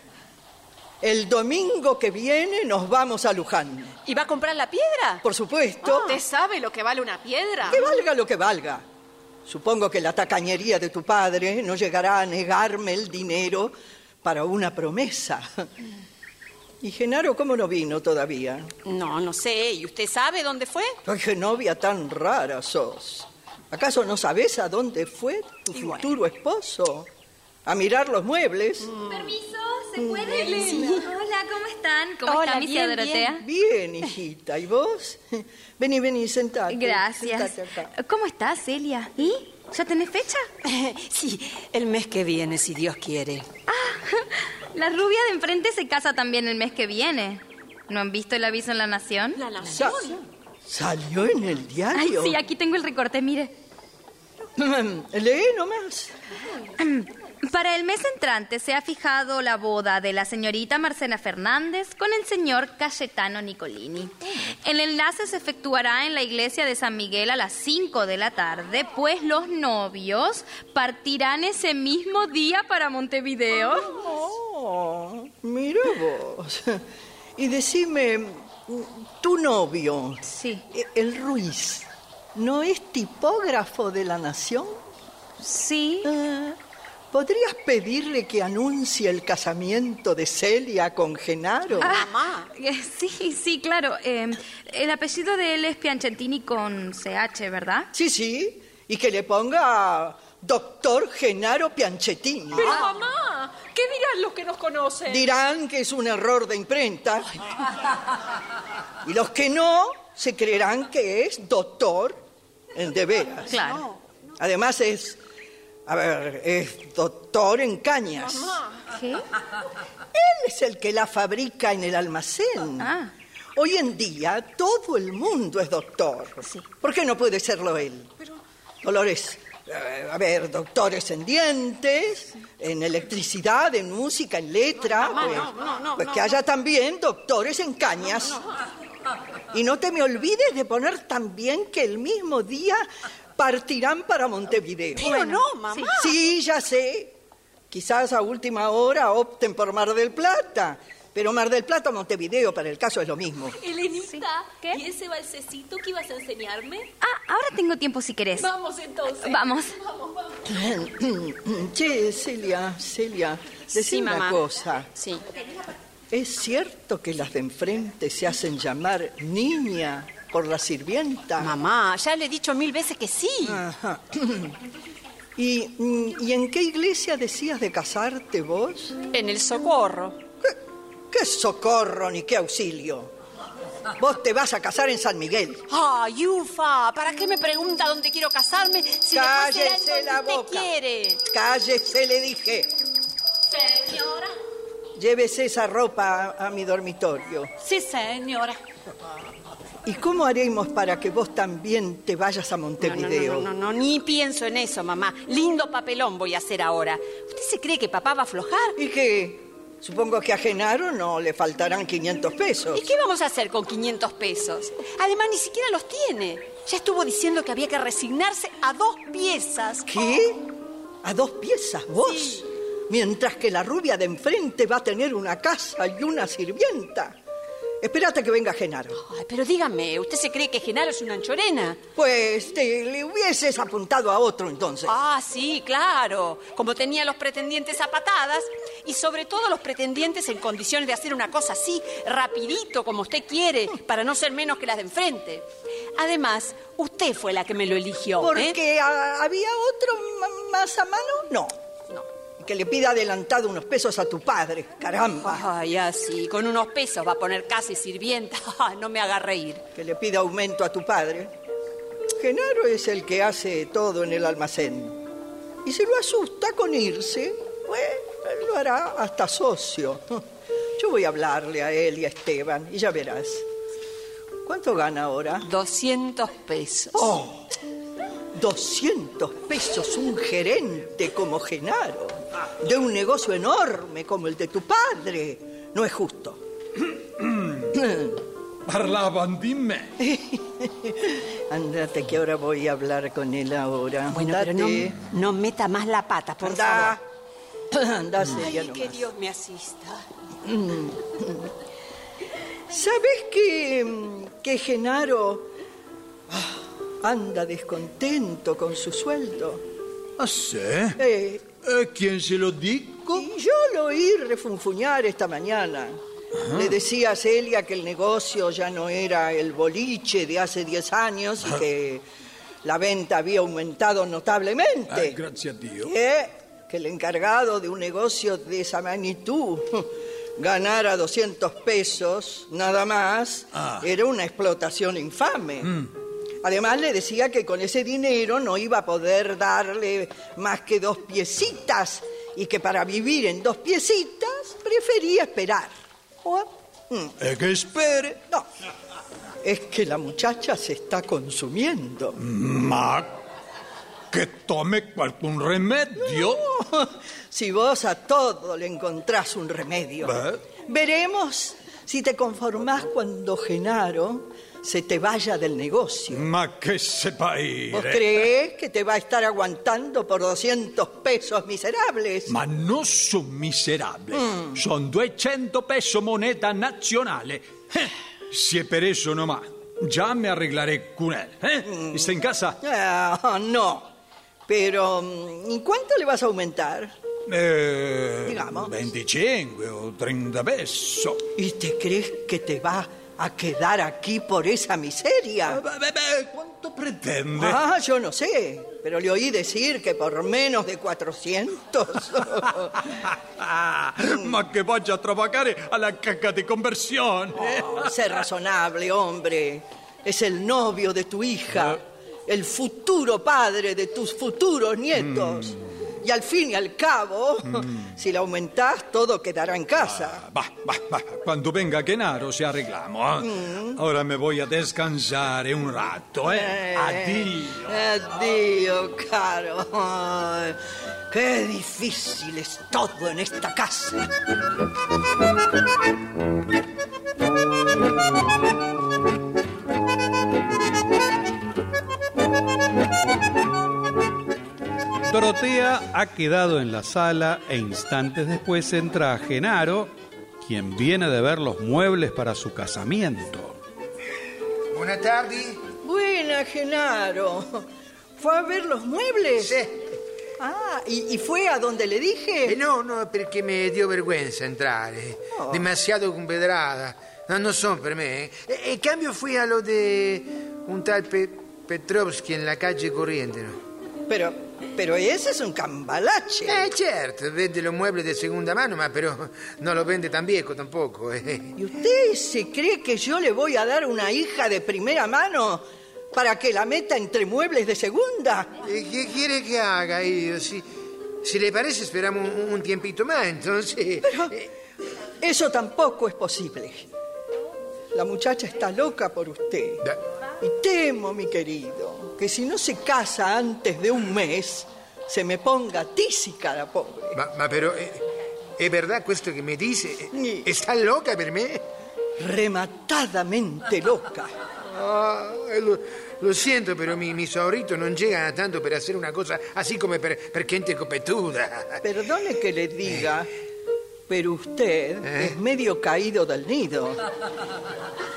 S4: El domingo que viene nos vamos a Luján.
S5: ¿Y va a comprar la piedra?
S4: Por supuesto.
S6: ¿Te sabe lo que vale una piedra?
S4: Que valga lo que valga. Supongo que la tacañería de tu padre no llegará a negarme el dinero para una promesa.
S5: Mm.
S4: ¿Y Genaro cómo no vino todavía?
S5: No, no sé. ¿Y usted sabe dónde fue?
S9: ¿Eh?
S4: Ay, qué novia tan rara sos. ¿Acaso no sabes a dónde fue tu
S5: Y bueno.
S4: futuro esposo? ¿A mirar los muebles?
S9: Permiso, ¿se puede? Hola, ¿cómo están? ¿Cómo
S5: Hola,
S9: está mi tía
S5: bien,
S9: Dorotea?
S4: Bien, hijita. ¿Y vos? Vení, vení, sentate.
S9: Gracias.
S4: Sentate acá.
S9: ¿Cómo estás, Celia? ¿Y? ¿Ya tenés fecha?
S5: Sí, el mes que viene, si Dios quiere.
S9: La rubia de enfrente se casa también el mes que viene. ¿No han visto el aviso en La Nación?
S6: La nación.
S4: Sa- ¿Salió en el
S9: Ay,
S4: diario?
S9: sí, aquí tengo el recorte, mire.
S4: Leí nomás.
S9: Mm, Para el mes entrante se ha fijado la boda de la señorita Marcela Fernández con el señor Cayetano Nicolini. El enlace se efectuará en la iglesia de San Miguel a las 5 de la tarde, pues los novios partirán ese mismo día para Montevideo.
S4: Oh, mira vos. Y decime, tu novio,
S9: Sí,
S4: e- el Ruiz, ¿no es tipógrafo de la Nación?
S9: sí.
S4: Ah, ¿Podrías pedirle que anuncie el casamiento de Celia con Genaro?
S9: Mamá. Ah, eh, Sí, sí, claro. eh, el apellido de él es Pianchettini con CH, ¿verdad?
S4: Sí, sí. Y que le ponga doctor Genaro Pianchettini.
S6: Pero mamá, ¿qué dirán los que nos conocen?
S4: Ah. Dirán que es un error de imprenta. Y los que no, se creerán que es doctor en de veras.
S9: Claro.
S4: Además es, a ver, es doctor en cañas.
S9: ¿Qué?
S4: Él es el que la fabrica en el almacén.
S5: Ah.
S4: Hoy en día todo el mundo es doctor. ¿Por qué no puede serlo él? Dolores, eh, a ver, doctores en dientes, en electricidad, en música, en letra.
S5: No, mamá,
S4: pues,
S5: no, no, no,
S4: pues
S5: no,
S4: que
S5: no.
S4: haya también doctores en cañas. Y no te me olvides de poner también que el mismo día partirán para Montevideo.
S5: Pero Bueno, no, mamá. sí.
S4: Sí, ya sé. Quizás a última hora opten por Mar del Plata. Pero Mar del Plata o Montevideo, para el caso, es lo mismo.
S6: Elenita, ¿y ese balsecito que ibas a enseñarme?
S9: Ah, ahora tengo tiempo si querés.
S6: Vamos entonces.
S9: Vamos.
S6: Vamos, vamos.
S4: Che, Celia, Celia, decime
S5: Sí,
S4: una
S5: mamá.
S4: cosa.
S5: Sí.
S4: ¿Es cierto que las de enfrente se hacen llamar niña por la sirvienta?
S5: Mamá, ya le he dicho mil veces que sí.
S4: Ajá. ¿Y, mm, ¿Y en qué iglesia decías de casarte vos?
S5: En el socorro.
S4: ¿Qué socorro ni qué auxilio? Vos te vas a casar en San Miguel.
S5: Ay, Ufa, ¿para qué me pregunta dónde quiero casarme si después
S4: Cállese
S5: será
S4: la
S5: en donde usted
S4: boca.
S5: quiere?
S4: Cállese, le dije.
S6: Señora.
S4: Llévese esa ropa a, a mi dormitorio.
S6: Sí, señora.
S4: ¿Y cómo haremos para que vos también te vayas a
S5: No, no, no,
S4: Montevideo?
S5: no, no, no, ni pienso en eso, mamá. Lindo papelón voy a hacer ahora. ¿Usted se cree que papá va a aflojar?
S4: ¿Y qué? Supongo que a Genaro no le faltarán 500 pesos.
S5: ¿Y qué vamos a hacer con 500 pesos? Además, ni siquiera los tiene. Ya estuvo diciendo que había que resignarse a dos piezas.
S4: ¿Qué? ¿A dos piezas vos? Mientras que la rubia de enfrente va a tener una casa y una sirvienta. Espérate que venga Genaro.
S5: Ay, pero dígame, ¿usted se cree que Genaro es una anchorena?
S4: Pues te, le hubieses apuntado a otro entonces.
S5: Ah, sí, claro. Como tenía los pretendientes a patadas y sobre todo los pretendientes en condiciones de hacer una cosa así, rapidito, como usted quiere, para no ser menos que las de enfrente. Además, usted fue la que me lo eligió. ¿eh?
S4: Porque ah, había otro ma- más a mano, no.
S5: No.
S4: Que le pida adelantado unos pesos a tu padre. Caramba.
S5: Ay, así, con unos pesos va a poner casa y sirvienta. Ah, no me haga reír.
S4: Que le pida aumento a tu padre. Genaro es el que hace todo en el almacén. Y si lo asusta con irse, pues él lo hará hasta socio. Yo voy a hablarle a él y a Esteban y ya verás. ¿Cuánto gana ahora?
S5: 200 pesos.
S4: ¡Oh! 200 pesos un gerente como Genaro, de un negocio enorme como el de tu padre. No es justo.
S1: Parlaban di me.
S4: Andate, que ahora voy a hablar con él ahora.
S5: Bueno, pero no,
S4: Andate.
S5: no meta más la pata, por
S4: Andá.
S5: favor.
S4: Andá, Celia,
S5: Ay, que
S4: nomás.
S5: Dios me asista.
S4: ¿Sabés que, mm, que Genaro ah, anda descontento con su sueldo?
S1: Ah, sì? E
S4: Eh,
S1: chi se lo dico?
S4: y yo lo oí refunfuñar esta mañana. Le decía a Celia que el negocio ya no era el boliche de hace 10 años y que la venta había aumentado
S1: Ah,
S4: notablemente.
S1: grazie a Dio.
S4: ¿Qué? Que el encargado de un negocio de esa magnitud ganara 200 pesos nada más
S1: Ah.
S4: era una explotación infame. Además le decía que con ese dinero no iba a poder darle más que dos piecitas y que para vivir en dos piecitas prefería esperar. ¿O? Mm.
S1: E Eh, che spere?
S4: No, es que la muchacha se está consumiendo.
S1: Ma che tome qualcun remedio?
S4: Si vos a todo le encontrás un remedio.
S1: ¿Eh?
S4: Veremos si te conformás cuando Genaro se te vaya del negocio.
S1: Ma che se
S4: ¿Vos
S1: paire?
S4: creés que te va a estar aguantando por 200 pesos miserables?
S1: Ma non sono miserabile. Sono 200 peso moneta nazionale. Eh, si è per eso nomás. Già mi arreglaré con él. Eh? Sta in casa?
S4: Ah, no. Pero, mm, ¿cuánto le vas a aumentar?
S1: Eh,
S4: Digamos.
S1: 25 o 30 pesos.
S4: ¿Y te crees que te va a quedar aquí por esa miseria?
S1: ¿Cuánto pretende?
S4: Ah, yo no sé, pero le oí decir que por menos de 400.
S1: Ah, más que vaya a trabajar a la caja de conversión.
S4: Oh, Sé razonable, hombre. Es el novio de tu hija, el futuro padre de tus futuros nietos. Y al fin y al cabo, si la aumentás, todo quedará en casa.
S1: Va, va, va. Cuando venga Genaro se arreglamos. ¿eh?
S4: Mm.
S1: Ahora me voy a descansar un rato. ¿eh? Addio.
S4: Adiós, caro. Ay, qué difícil es todo en esta casa.
S3: Dorotea ha quedado en la sala e instantes después entra Genaro, quien viene de ver los muebles para su casamiento.
S10: Buenas tardes.
S4: Buena, Genaro. ¿Fue a ver los muebles? Ah, ¿y, y fue a donde le dije?
S10: Eh, no, no, perché mi dio vergüenza entrare.
S4: Oh.
S10: Demasiado compedrada. No, non sono per me. E, e in cambio fui a lo de un tal Pe- Petrovsky in la calle Corriente. no?
S4: Pero, pero ese es un cambalache.
S10: Eh, certo, vende lo mueble di seconda mano, ma però non lo vende tan viejo tampoco. eh.
S4: ¿Y usted se cree que yo le voy a dar una hija de primera mano para que la meta entre muebles de segunda?
S10: E che quiere che haga io? Si, se le parece speriamo un, un tiempito más, entonces... eh,
S4: Eso tampoco es posible. La muchacha está loca por usted.
S10: da-
S4: Y temo, mi querido, que si no se casa antes de un mes, se me ponga tísica la pobre.
S10: Ma, ma però è, è verità questo che mi dice?
S4: Sì.
S10: È, è sta loca per me?
S4: Rematadamente loca.
S10: Ah, eh, lo, lo siento, però mi, mi saurito non llega tanto per essere una cosa così come per, per gente copetuda.
S4: Perdone que le diga, pero usted
S10: ¿Eh?
S4: es medio caído del nido.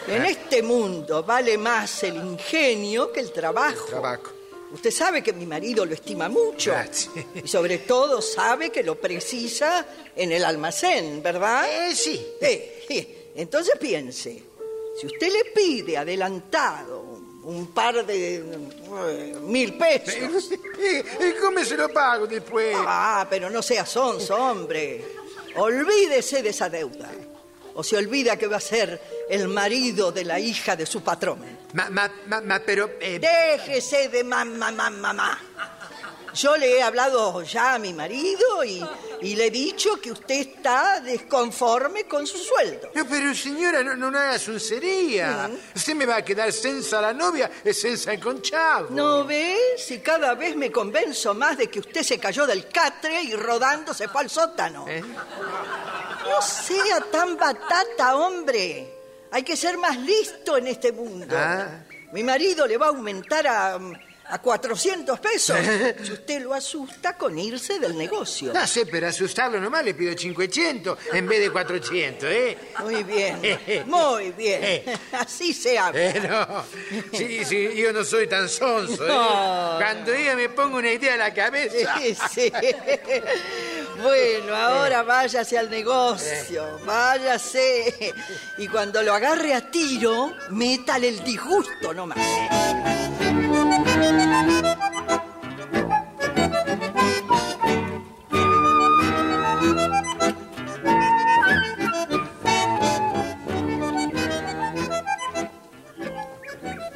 S4: En este mundo vale más el ingenio que el trabajo.
S10: Trabajo.
S4: Usted sabe que mi marido lo estima mucho.
S10: Grazie.
S4: Y sobre todo sabe que lo precisa en el almacén, ¿verdad?
S10: Eh sì,
S4: Eh, eh, entonces piense, si usted le pide adelantado un par de eh, mil pesos.
S10: e, e come se lo pago después?
S4: Ah, pero no sea sonso, hombre. Olvídese de esa deuda. O se olvida que va a ser el marido de la hija de su patrón.
S10: Ma, ma, ma, ma però... eh,
S4: Déjese de mamá, mamá, mamá. Yo le he hablado ya a mi marido y, y le he dicho que usted está desconforme con su sueldo.
S10: No, però signora, no- non è sunseria. Se mi va a quedare senza la novia e senza il conciavo.
S4: ¿No ve? Si cada vez me convenzo más de que usted se cayó del catre y rodando se fue al sótano.
S10: Eh?
S4: No sea tan batata, hombre. Hay que ser más listo en este mundo.
S10: Ah.
S4: Mi marido le va a aumentar a, a 400 pesos si usted lo asusta con irse del negocio.
S10: No, se per assustarlo nomás le pido 500 en vez de 400, ¿eh?
S4: Muy bien, muy bien.
S10: Eh.
S4: Así se habla.
S10: Eh no, sì, sì, io non sono tan sonso. eh.
S4: No.
S10: Quando io mi pongo un'idea alla cabeza.
S4: Sí, sí. Bueno, ahora váyase al negocio,
S10: Eh.
S4: váyase. Y cuando lo agarre a tiro, métale el disgusto nomás.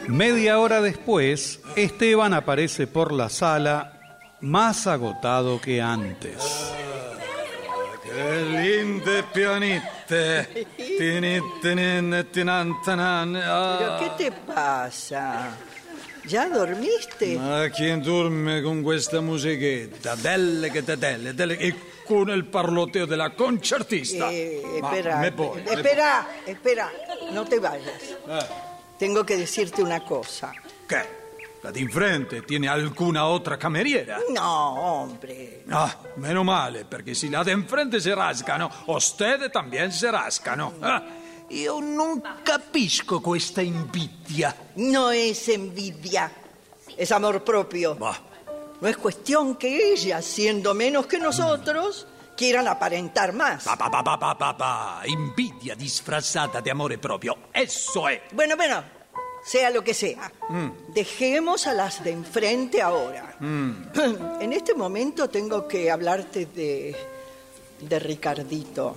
S3: Media hora después, Esteban aparece por la sala más agotado que antes.
S1: Che linde pianite. Tinin, tinin, tinan, tanan.
S4: ¿Pero qué
S1: Ah.
S4: te pasa? ¿Ya dormiste?
S1: Ma chi dorme con questa musichetta? Delle che tetelle, delle... E con il parloteo della concertista.
S4: Eh,
S1: Ma
S4: espera,
S1: me eh, pone, me
S4: espera, espera, no te vayas.
S1: pone. Eh,
S4: Tengo que decirte una cosa.
S1: Che? La di in frente tiene alcuna otra cameriera?
S4: No, hombre.
S1: Ah, meno male, perché se la de enfrente se rascano, ustedes también se rascano. Ah, io non capisco questa invidia.
S4: No es envidia, es amor propio.
S1: Va,
S4: No es cuestión que ellas, siendo menos que nosotros, quieran aparentar más.
S1: Papá, papá, papá, papá. Invidia disfrazata di amore proprio. Eso è.
S4: Bueno, bueno, sea lo que sea.
S1: Mm.
S4: Dejemos a las de enfrente ahora.
S1: Mm.
S4: En este momento tengo que hablarte de. de Ricardito.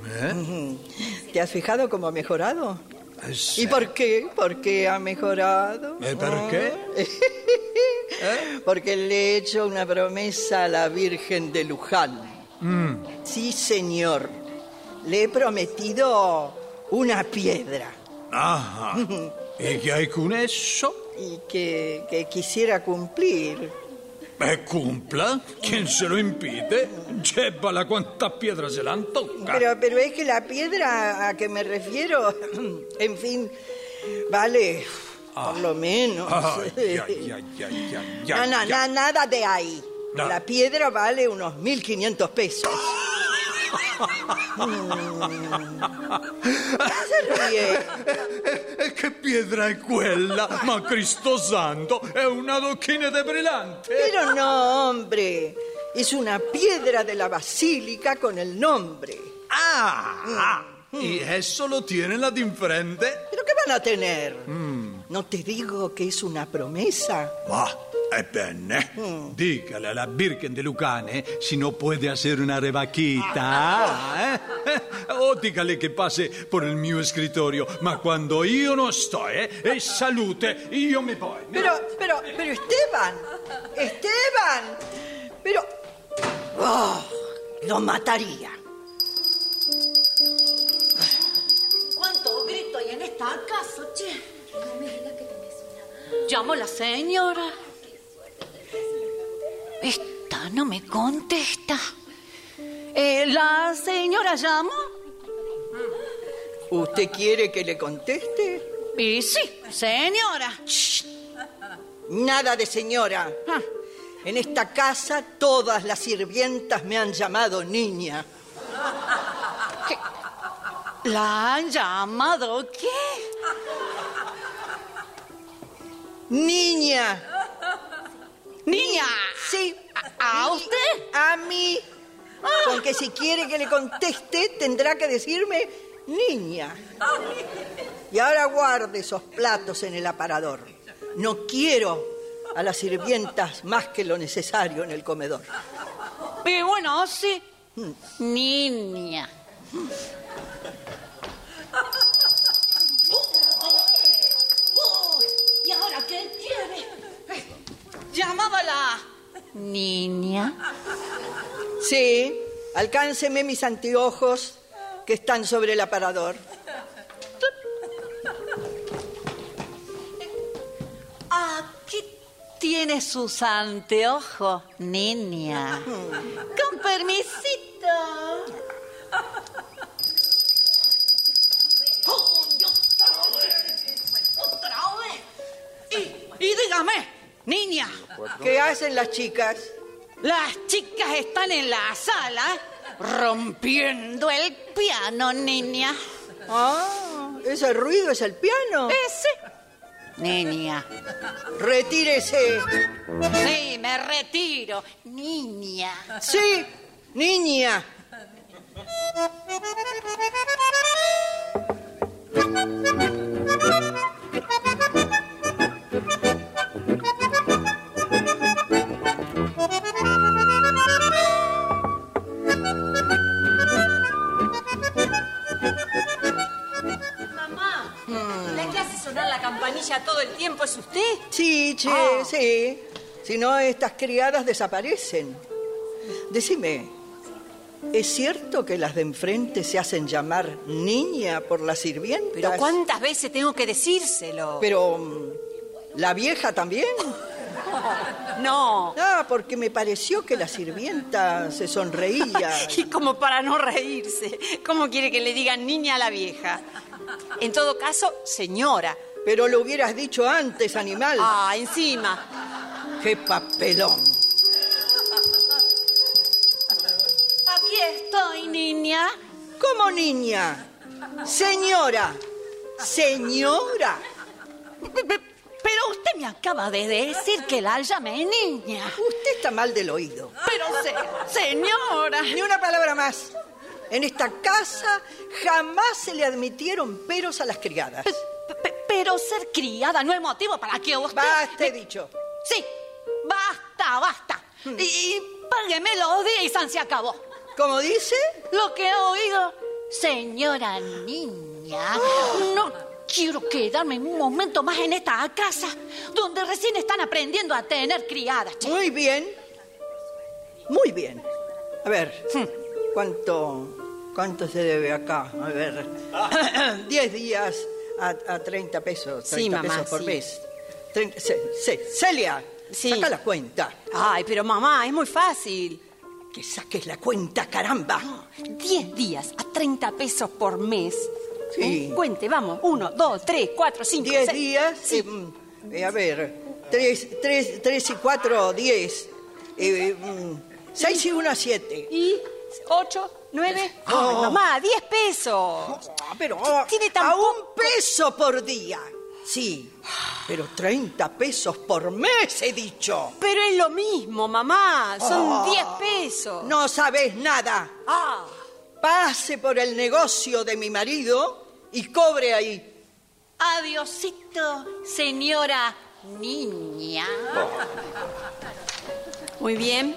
S4: Ujú. Mm. ¿Te has fijado cómo ha mejorado?
S1: Eh,
S4: ¿Y
S1: sì.
S4: por qué? ¿Por qué ha mejorado?
S1: E perché? ¿Eh?
S4: Porque le he hecho una promesa a la Virgen de Luján.
S1: Mm.
S4: Sí, señor. Le he prometido una piedra
S1: Ah. E che hai con esso?
S4: y que, que quisiera cumplir.
S1: E cumpla. Chi se lo impide? Cebbala quanta pietra se l'han tocca.
S4: Pero, pero es que la piedra a que me refiero, en fin, vale,
S1: Ah.
S4: por lo menos.
S1: Ay, ay, ay, ay, ay,
S4: Na- na-
S1: ay,
S4: na-
S1: ay.
S4: nada de ahí.
S1: No.
S4: La piedra vale unos 1.500 pesos.
S1: E che pietra è quella? Ma Cristo santo, è una docchina di brillante.
S4: Pero no, hombre. Es una piedra de la basílica con el nombre. Mm.
S1: Ah, y eso lo tienen la de enfrente.
S4: ¿Pero qué van a tener?
S1: Mm.
S4: ¿No te digo que es una promesa?
S1: Ma, ebbene, dígale alla Virgen de Lucane si no puede hacer una rebaquita. eh? O dígale che pase por il mio escritorio, ma quando io non sto, eh, e salute, io mi voy.
S4: Pero, pero, pero Esteban, Esteban, pero... ¡Oh! lo mataría.
S12: ¿Cuánto grito hay en esta casa, che? Llamo a la señora. Esta no me contesta. Eh, ¿La señora llama?
S4: ¿Usted quiere que le conteste?
S12: Y sí, señora.
S4: Nada de señora.
S12: Ah.
S4: En esta casa todas las sirvientas me han llamado niña.
S12: ¿La han llamado qué?
S4: Niña.
S12: Niña.
S4: Sí.
S12: ¿A
S4: Ni-
S12: usted? Ah.
S4: A mí. Porque si quiere que le conteste, tendrá que decirme niña. Y ahora guarde esos platos en el aparador. No quiero a las sirvientas más que lo necesario en el comedor. Mm.
S12: Y Eh, bueno, Oh, sí. Niña. ¿Y ahora qué quiere? Llamábala. Niña.
S4: Sí, alcánceme mis anteojos que están sobre el aparador.
S12: Aquí tiene sus anteojos, niña. Con permisito. ¡Otra vez! Y, y dígame, niña.
S4: ¿Qué hacen las chicas?
S12: Las chicas están en la sala rompiendo el piano, niña.
S4: Ah, ese ruido es el piano.
S12: Ese. Niña.
S4: Retírese.
S12: Sí, me retiro, niña.
S4: Sí, niña.
S5: Mamá,
S4: Hmm.
S5: la que hace sonar la campanilla todo el tiempo es usted.
S4: Sí, che,
S5: Ah.
S4: sí. Si no, estas criadas desaparecen. Decime, ¿es cierto que las de enfrente se hacen llamar niña por las sirvientas?
S5: Pero ¿cuántas veces tengo que decírselo?
S4: Pero, mm, ¿la vieja también?
S5: No.
S4: Ah, porque me pareció que la sirvienta se sonreía.
S5: Y como para no reírse. ¿Cómo quiere que le digan niña a la vieja? En todo caso, señora.
S4: Pero lo hubieras dicho antes, animal.
S5: Ah, encima.
S4: ¡Qué papelón!
S12: Aquí estoy, niña.
S4: ¿Cómo niña? Señora. Señora.
S12: Pe- pe- Pero usted me acaba de decir que la llamé niña.
S4: Usted está mal del oído.
S12: Pero, se- señora.
S4: Ni una palabra más. En esta casa jamás se le admitieron peros a las criadas.
S12: Pero ser criada no es motivo para que usted...
S4: Basta, he dicho. Hmm.
S12: Sí, basta, basta. Y, y págueme los días y se acabó.
S4: ¿Cómo dice?
S12: Lo que he oído. Señora niña,
S4: Oh.
S12: no quiero quedarme un momento más en esta casa donde recién están aprendiendo a tener criadas. che.
S4: Muy bien. Muy bien. A ver, ¿cuánto, cuánto se debe acá? A ver. 10 días a, a 30 pesos. 30
S5: Sí, mamá,
S4: pesos por
S5: sí.
S4: mes. Trein- Ce- Ce- Celia, saca la cuenta.
S5: Ay, pero mamá, es muy fácil.
S4: Que saques la cuenta, caramba.
S5: 10 días a 30 pesos por mes.
S4: Sí.
S5: ¿Eh? Cuente, vamos. 1, 2, 3, 4, 5,
S4: 10 días. eh, mm, eh, a ver, 3, y 4, 10. 6 mm, y 1, 7.
S5: Y 8, 9. Ay,
S4: Oh.
S5: mamá, 10 pesos.
S4: Ah, Pero
S5: ¿Qué tiene tan
S4: a
S5: poco?
S4: un peso por día. Sí, pero 30 pesos por mes he dicho.
S5: Pero es lo mismo, mamá. Son
S4: Oh.
S5: 10 pesos.
S4: No sabes nada.
S5: Ah.
S4: Pase por el negocio de mi marido y cobre ahí.
S12: Adiosito, señora niña.
S5: Muy bien.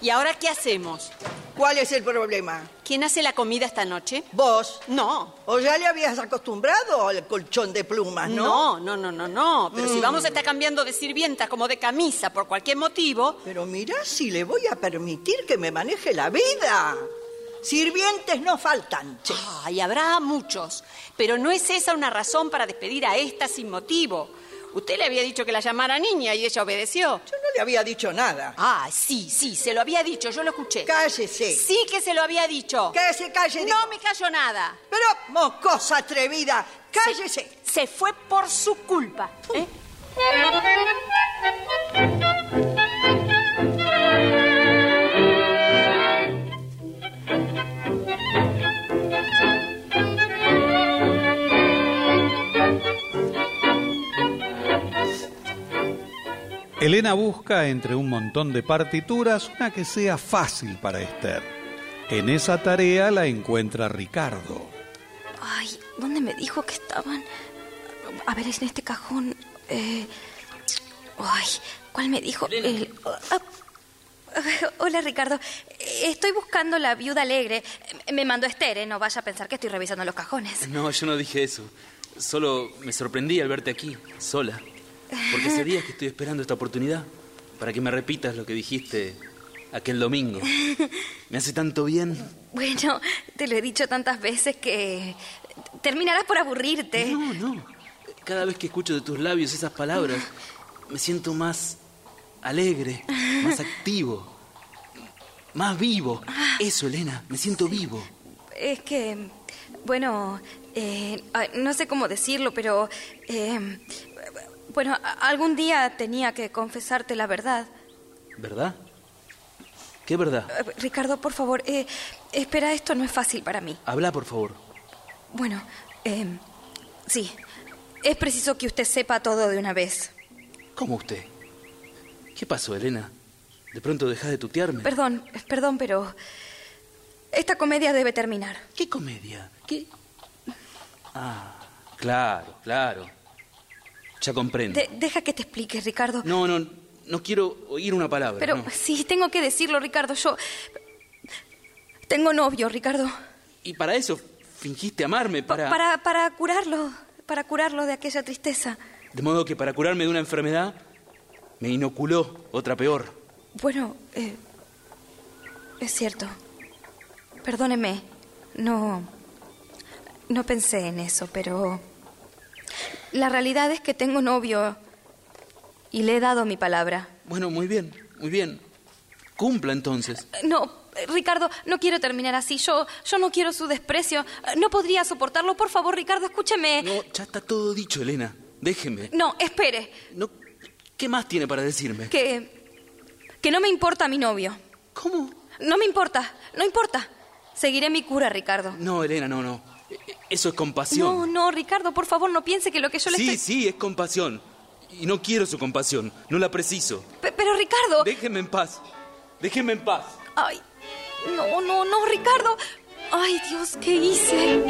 S5: ¿Y ahora qué hacemos?
S4: ¿Cuál es el problema?
S5: ¿Quién hace la comida esta noche?
S4: ¿Vos?
S5: No.
S4: ¿O ya le habías acostumbrado al colchón de plumas, Ah, no?
S5: No, no, no, no, no. Pero si
S4: Mm.
S5: vamos a estar cambiando de sirvienta como de camisa por cualquier motivo.
S4: Pero mirá si le voy a permitir que me maneje la vida. Sirvientes no faltan, che.
S5: Ay, habrá muchos. Pero no es esa una razón para despedir a esta sin motivo. Usted le había dicho que la llamara niña y ella obedeció.
S4: Yo no le había dicho nada.
S5: Ah, sí, sí, se lo había dicho, yo lo escuché.
S4: Cállese.
S5: Sí que se lo había dicho.
S4: Cállese, cállese.
S5: No me cayó nada.
S4: Pero, mocosa atrevida, cállese.
S5: Se fue por su culpa. ¿eh?
S3: Elena busca entre un montón de partituras una que sea fácil para Esther. En esa tarea la encuentra Ricardo.
S9: Ay, ¿dónde me dijo que estaban? A ver, es en este cajón. Eh, Ay, ¿cuál me dijo? El- Ah, ah, Hola, Ricardo. Estoy buscando la viuda alegre. Me mandó Esther, ¿eh? No vaya a pensar que estoy revisando los cajones.
S7: No, yo no dije eso. Solo me sorprendí al verte aquí, sola. Porque hace días que estoy esperando esta oportunidad para que me repitas lo que dijiste aquel domingo. Me hace tanto bien.
S9: Bueno, te lo he dicho tantas veces que terminarás por aburrirte.
S7: No, no. Cada vez que escucho de tus labios esas palabras, me siento más alegre, más activo, más vivo. Eso, Elena, me siento vivo.
S9: Es que, bueno, eh, ay, no sé cómo decirlo, pero, eh, bueno, a- algún día tenía que confesarte la verdad.
S7: ¿Verdad? ¿Qué verdad?
S9: Eh, Ricardo, por favor, eh, espera, esto no es fácil para mí.
S7: Habla, por favor.
S9: Bueno, eh, sí, es preciso que usted sepa todo de una vez.
S7: ¿Cómo usted? ¿Qué pasó, Elena? De pronto dejas de tutearme.
S9: Perdón, perdón, pero esta comedia debe terminar.
S7: ¿Qué comedia? ¿Qué? Ah, claro, claro. Ya comprendo.
S9: De- deja que te explique, Ricardo.
S7: No, no, no quiero oír una palabra.
S9: Pero
S7: no.
S9: sí, tengo que decirlo, Ricardo. Yo tengo novio, Ricardo.
S7: Y para eso fingiste amarme, para...
S9: Para, para curarlo, para curarlo de aquella tristeza.
S7: De modo que para curarme de una enfermedad, me inoculó otra peor.
S9: Bueno, eh, es cierto. Perdóneme, no, no pensé en eso, pero la realidad es que tengo novio y le he dado mi palabra.
S7: Bueno, muy bien, muy bien. Cumpla entonces.
S9: Eh, No, eh, Ricardo, no quiero terminar así. Yo, yo no quiero su desprecio. Eh, No podría soportarlo. Por favor, Ricardo, escúcheme.
S7: No, ya está todo dicho, Elena. Déjeme.
S9: No, espere.
S7: No, ¿Qué más tiene para decirme?
S9: Que. que no me importa mi novio.
S7: ¿Cómo?
S9: No me importa, no importa. Seguiré mi cura, Ricardo.
S7: No, Elena, no, no. E- Eso es compasión.
S9: No, no, Ricardo, por favor, no piense que lo que yo le
S7: sí,
S9: estoy.
S7: sí, es compasión.
S13: Y no quiero su compasión, no la preciso.
S9: Pe- pero Ricardo...
S13: Déjeme en paz. Déjeme en paz.
S9: Ay, no, no, no, Ricardo. Ay, Dios, ¿qué hice?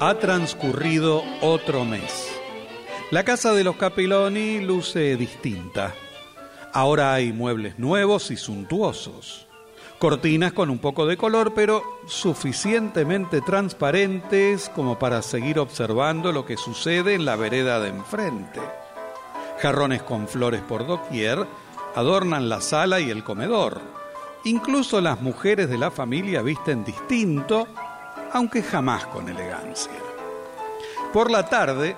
S3: Ha transcurrido otro mes. La casa de los Capiloni luce distinta. Ahora hay muebles nuevos y suntuosos. Cortinas con un poco de color, pero suficientemente transparentes como para seguir observando lo que sucede en la vereda de enfrente. Jarrones con flores por doquier adornan la sala y el comedor. Incluso las mujeres de la familia visten distinto, aunque jamás con elegancia. Por la tarde,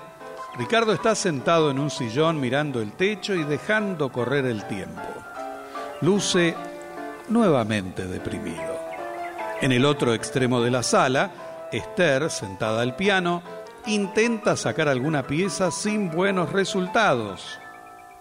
S3: Ricardo está sentado en un sillón mirando el techo y dejando correr el tiempo. Luce nuevamente deprimido. En el otro extremo de la sala, Esther, sentada al piano, intenta sacar alguna pieza sin buenos resultados.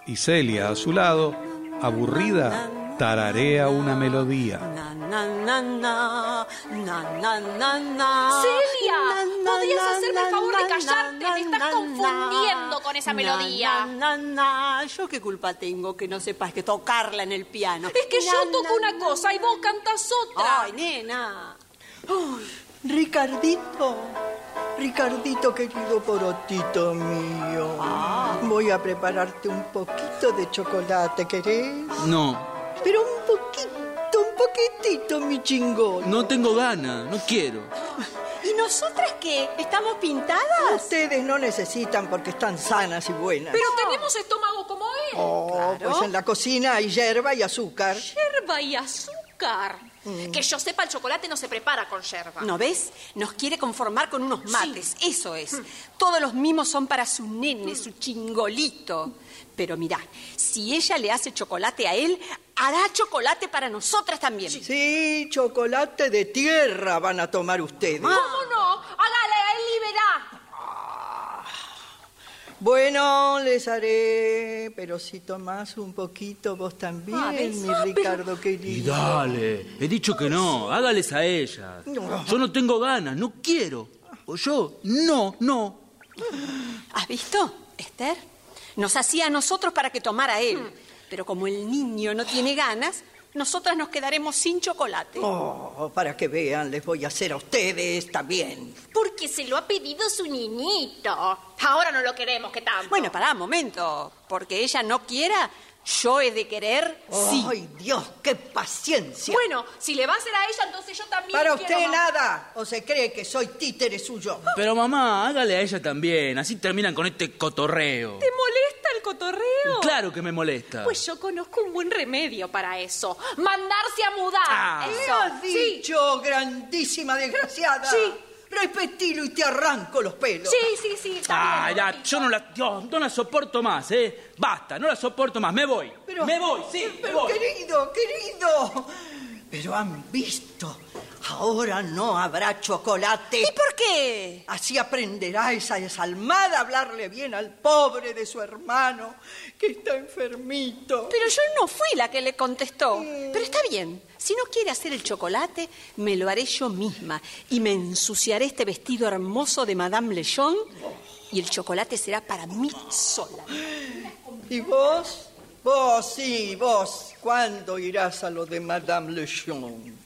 S3: Y Celia, a su lado, aburrida, tararea una melodía.
S4: Na, na, na, na, na, na, na.
S6: Celia,
S4: Na, na,
S6: ¿podrías
S4: na,
S6: hacerme el
S4: na,
S6: favor de
S4: na,
S6: callarte?
S4: na,
S6: Me estás
S4: na,
S6: confundiendo con esa
S4: na,
S6: melodía.
S4: na, na, na. Yo qué culpa tengo que no sepas que tocarla en el piano.
S6: Es que yo toco una cosa y vos cantas otra.
S4: Ay, nena. Ay, Ricardito, Ricardito querido porotito mío,
S5: Ah.
S4: voy a prepararte un poquito de chocolate, ¿querés?
S7: No,
S4: Pero un poquito, un poquitito, mi chingón.
S7: no tengo ganas, no quiero.
S4: ¿Y nosotras qué? ¿Estamos pintadas? Ustedes no necesitan porque están sanas y buenas.
S6: Pero tenemos estómago como él.
S4: Oh, pues en la cocina hay hierba y azúcar.
S6: Yerba y azúcar.
S4: Mm.
S6: Que yo sepa, el chocolate no se prepara con yerba.
S5: ¿No ves? Nos quiere conformar con unos mates, eso es. Todos los mimos son para su nene, su chingolito. Pero mirá, si ella le hace chocolate a él, hará chocolate para nosotras también.
S4: Sí, chocolate de tierra van a tomar ustedes.
S6: ¿Cómo no? Hágala, él y verá.
S4: Bueno, les haré, pero si tomás un poquito vos también,
S6: Ah, ¿ves?
S4: mi
S6: Ah, pero-
S4: Ricardo
S7: Y
S4: querido.
S7: dale, he dicho que no, hágales a ella.
S4: No.
S7: Yo no tengo ganas, no quiero. O
S4: Pues
S7: yo, no, no.
S5: ¿Has visto, Esther? Nos hacía a nosotros para que tomara
S4: Hmm.
S5: él. Pero como el niño no tiene ganas, nosotras nos quedaremos sin chocolate.
S4: Oh, para que vean, les voy a hacer a ustedes también.
S6: Porque se lo ha pedido su niñito. Ahora no lo queremos, ¿qué tal?
S5: Bueno, pará un momento. Porque ella no quiera, yo he de querer sí.
S4: Ay, Dios, qué paciencia.
S6: Bueno, si le va a hacer a ella, entonces yo también
S4: Para
S6: quiero,
S4: usted
S6: mamá.
S4: nada, o se cree que soy títere suyo.
S7: Pero mamá, hágale a ella también, así terminan con este cotorreo.
S6: ¿Te molesta el cotorreo?
S7: Claro que me molesta.
S6: Pues yo conozco un buen remedio para eso. Mandarse a mudar.
S7: Ah.
S4: ¿Qué
S6: Eso.
S4: has
S6: Sí.
S4: dicho, grandísima desgraciada?
S6: Sí.
S4: Repetilo y te arranco los pelos.
S6: Sí, sí, sí. está
S7: Ah,
S6: bien.
S7: ya, yo no la, Dios, no la soporto más, ¿eh? Basta, no la soporto más, me voy.
S4: Pero-
S7: me voy, sí, me
S4: Pero
S7: voy.
S4: querido, querido. Pero han visto. Ahora no habrá chocolate. ¿Y por qué? Así aprenderá esa desalmada a hablarle bien al pobre de su hermano que está enfermito.
S5: Pero yo no fui la que le contestó. Pero está bien. Si no quiere hacer el chocolate, me lo haré yo misma y me ensuciaré este vestido hermoso de Madame Lechon y el chocolate será para mí sola.
S4: ¿Y vos? Vos, sí, vos. ¿Cuándo irás a lo de Madame Lechon?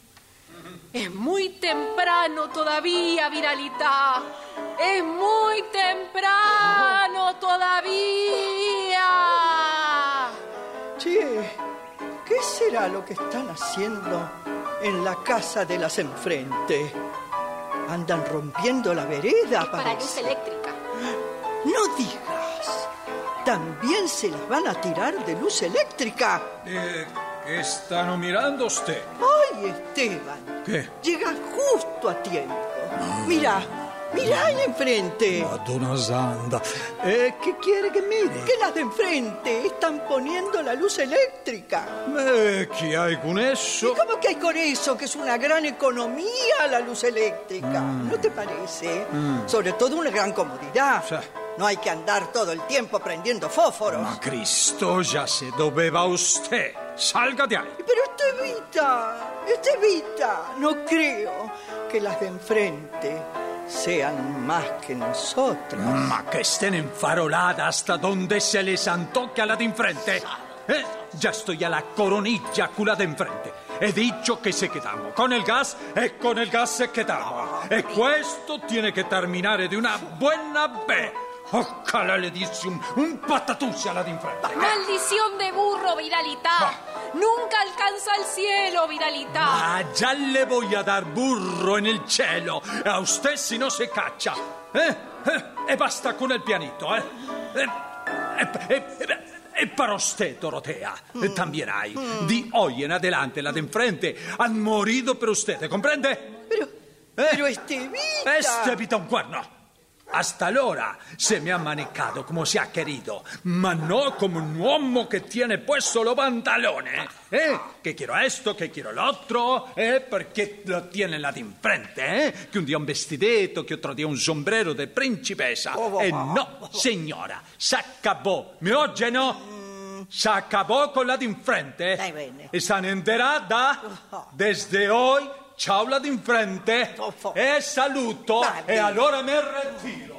S6: Es muy temprano todavía, Viralita. Es muy temprano todavía.
S4: Che, ¿qué será lo que están haciendo en la casa de las enfrente? Andan rompiendo la vereda,
S6: Para
S4: parece.
S6: luz eléctrica.
S4: No digas. También se las van a tirar de luz eléctrica.
S1: Eh, ¿Qué están mirando usted?
S4: ¡Ay, Esteban!
S1: ¿Qué?
S4: Llegas justo a tiempo. Mirá, mirá ahí enfrente.
S1: Madonna Santa. Eh, ¿Qué quiere que mire?
S4: Que las de enfrente están poniendo la luz eléctrica.
S1: Eh, ¿Qué hay con
S4: ¿Y
S1: eso?
S4: cómo que hay con eso? Que es una gran economía la luz eléctrica. ¿No te parece?
S1: Mm.
S4: Sobre todo una gran comodidad.
S1: O sea,
S4: No hay que andar todo el tiempo prendiendo fósforos.
S1: Ma Cristo, ya se doveva usted. Salga de ahí.
S4: Pero este Estevita, Estevita, no creo que las de enfrente sean más que nosotras.
S1: Ma que estén enfaroladas hasta donde se les antoque a la de enfrente. Eh, Ya estoy a la coronilla con la de enfrente. He dicho que se quedamos con el gas y con el gas se quedamos. E questo tiene que terminar de una buena vez. Ojalá le dice un, un patatús a la de enfrente.
S6: ¡Maldición de burro, Vidalita! ¡Nunca alcanza el cielo, Vidalita!
S1: Ah, ya le voy a dar burro en el cielo. A usted si no se cacha. ¿Eh? ¿Eh? E basta con el pianito, ¿eh? ¿Eh? ¿Eh? ¿Eh? ¿Eh? E para usted, Dorotea, eh, también hay. Di hoy en adelante, la de enfrente, han morido por usted, ¿comprende? Eh?
S4: Pero,
S1: pero
S4: Estevita.
S1: Este evita un cuerno. Hasta ahora se me ha manejado como se ha querido, ma no como un uomo que tiene puesto los pantalones. ¿eh? Que quiero esto, que quiero lo otro, ¿eh? perché lo tiene la de enfrente. ¿eh? Que un día un vestidito, que otro día un sombrero de principesa.
S4: Oh,
S1: e no, señora, se acabó. Mi oggi no. Se acabó con la de enfrente.
S4: Mm. Dai bene.
S1: E se ne enterà da- desde hoy, chao la de enfrente. E saluto. E allora me retiro.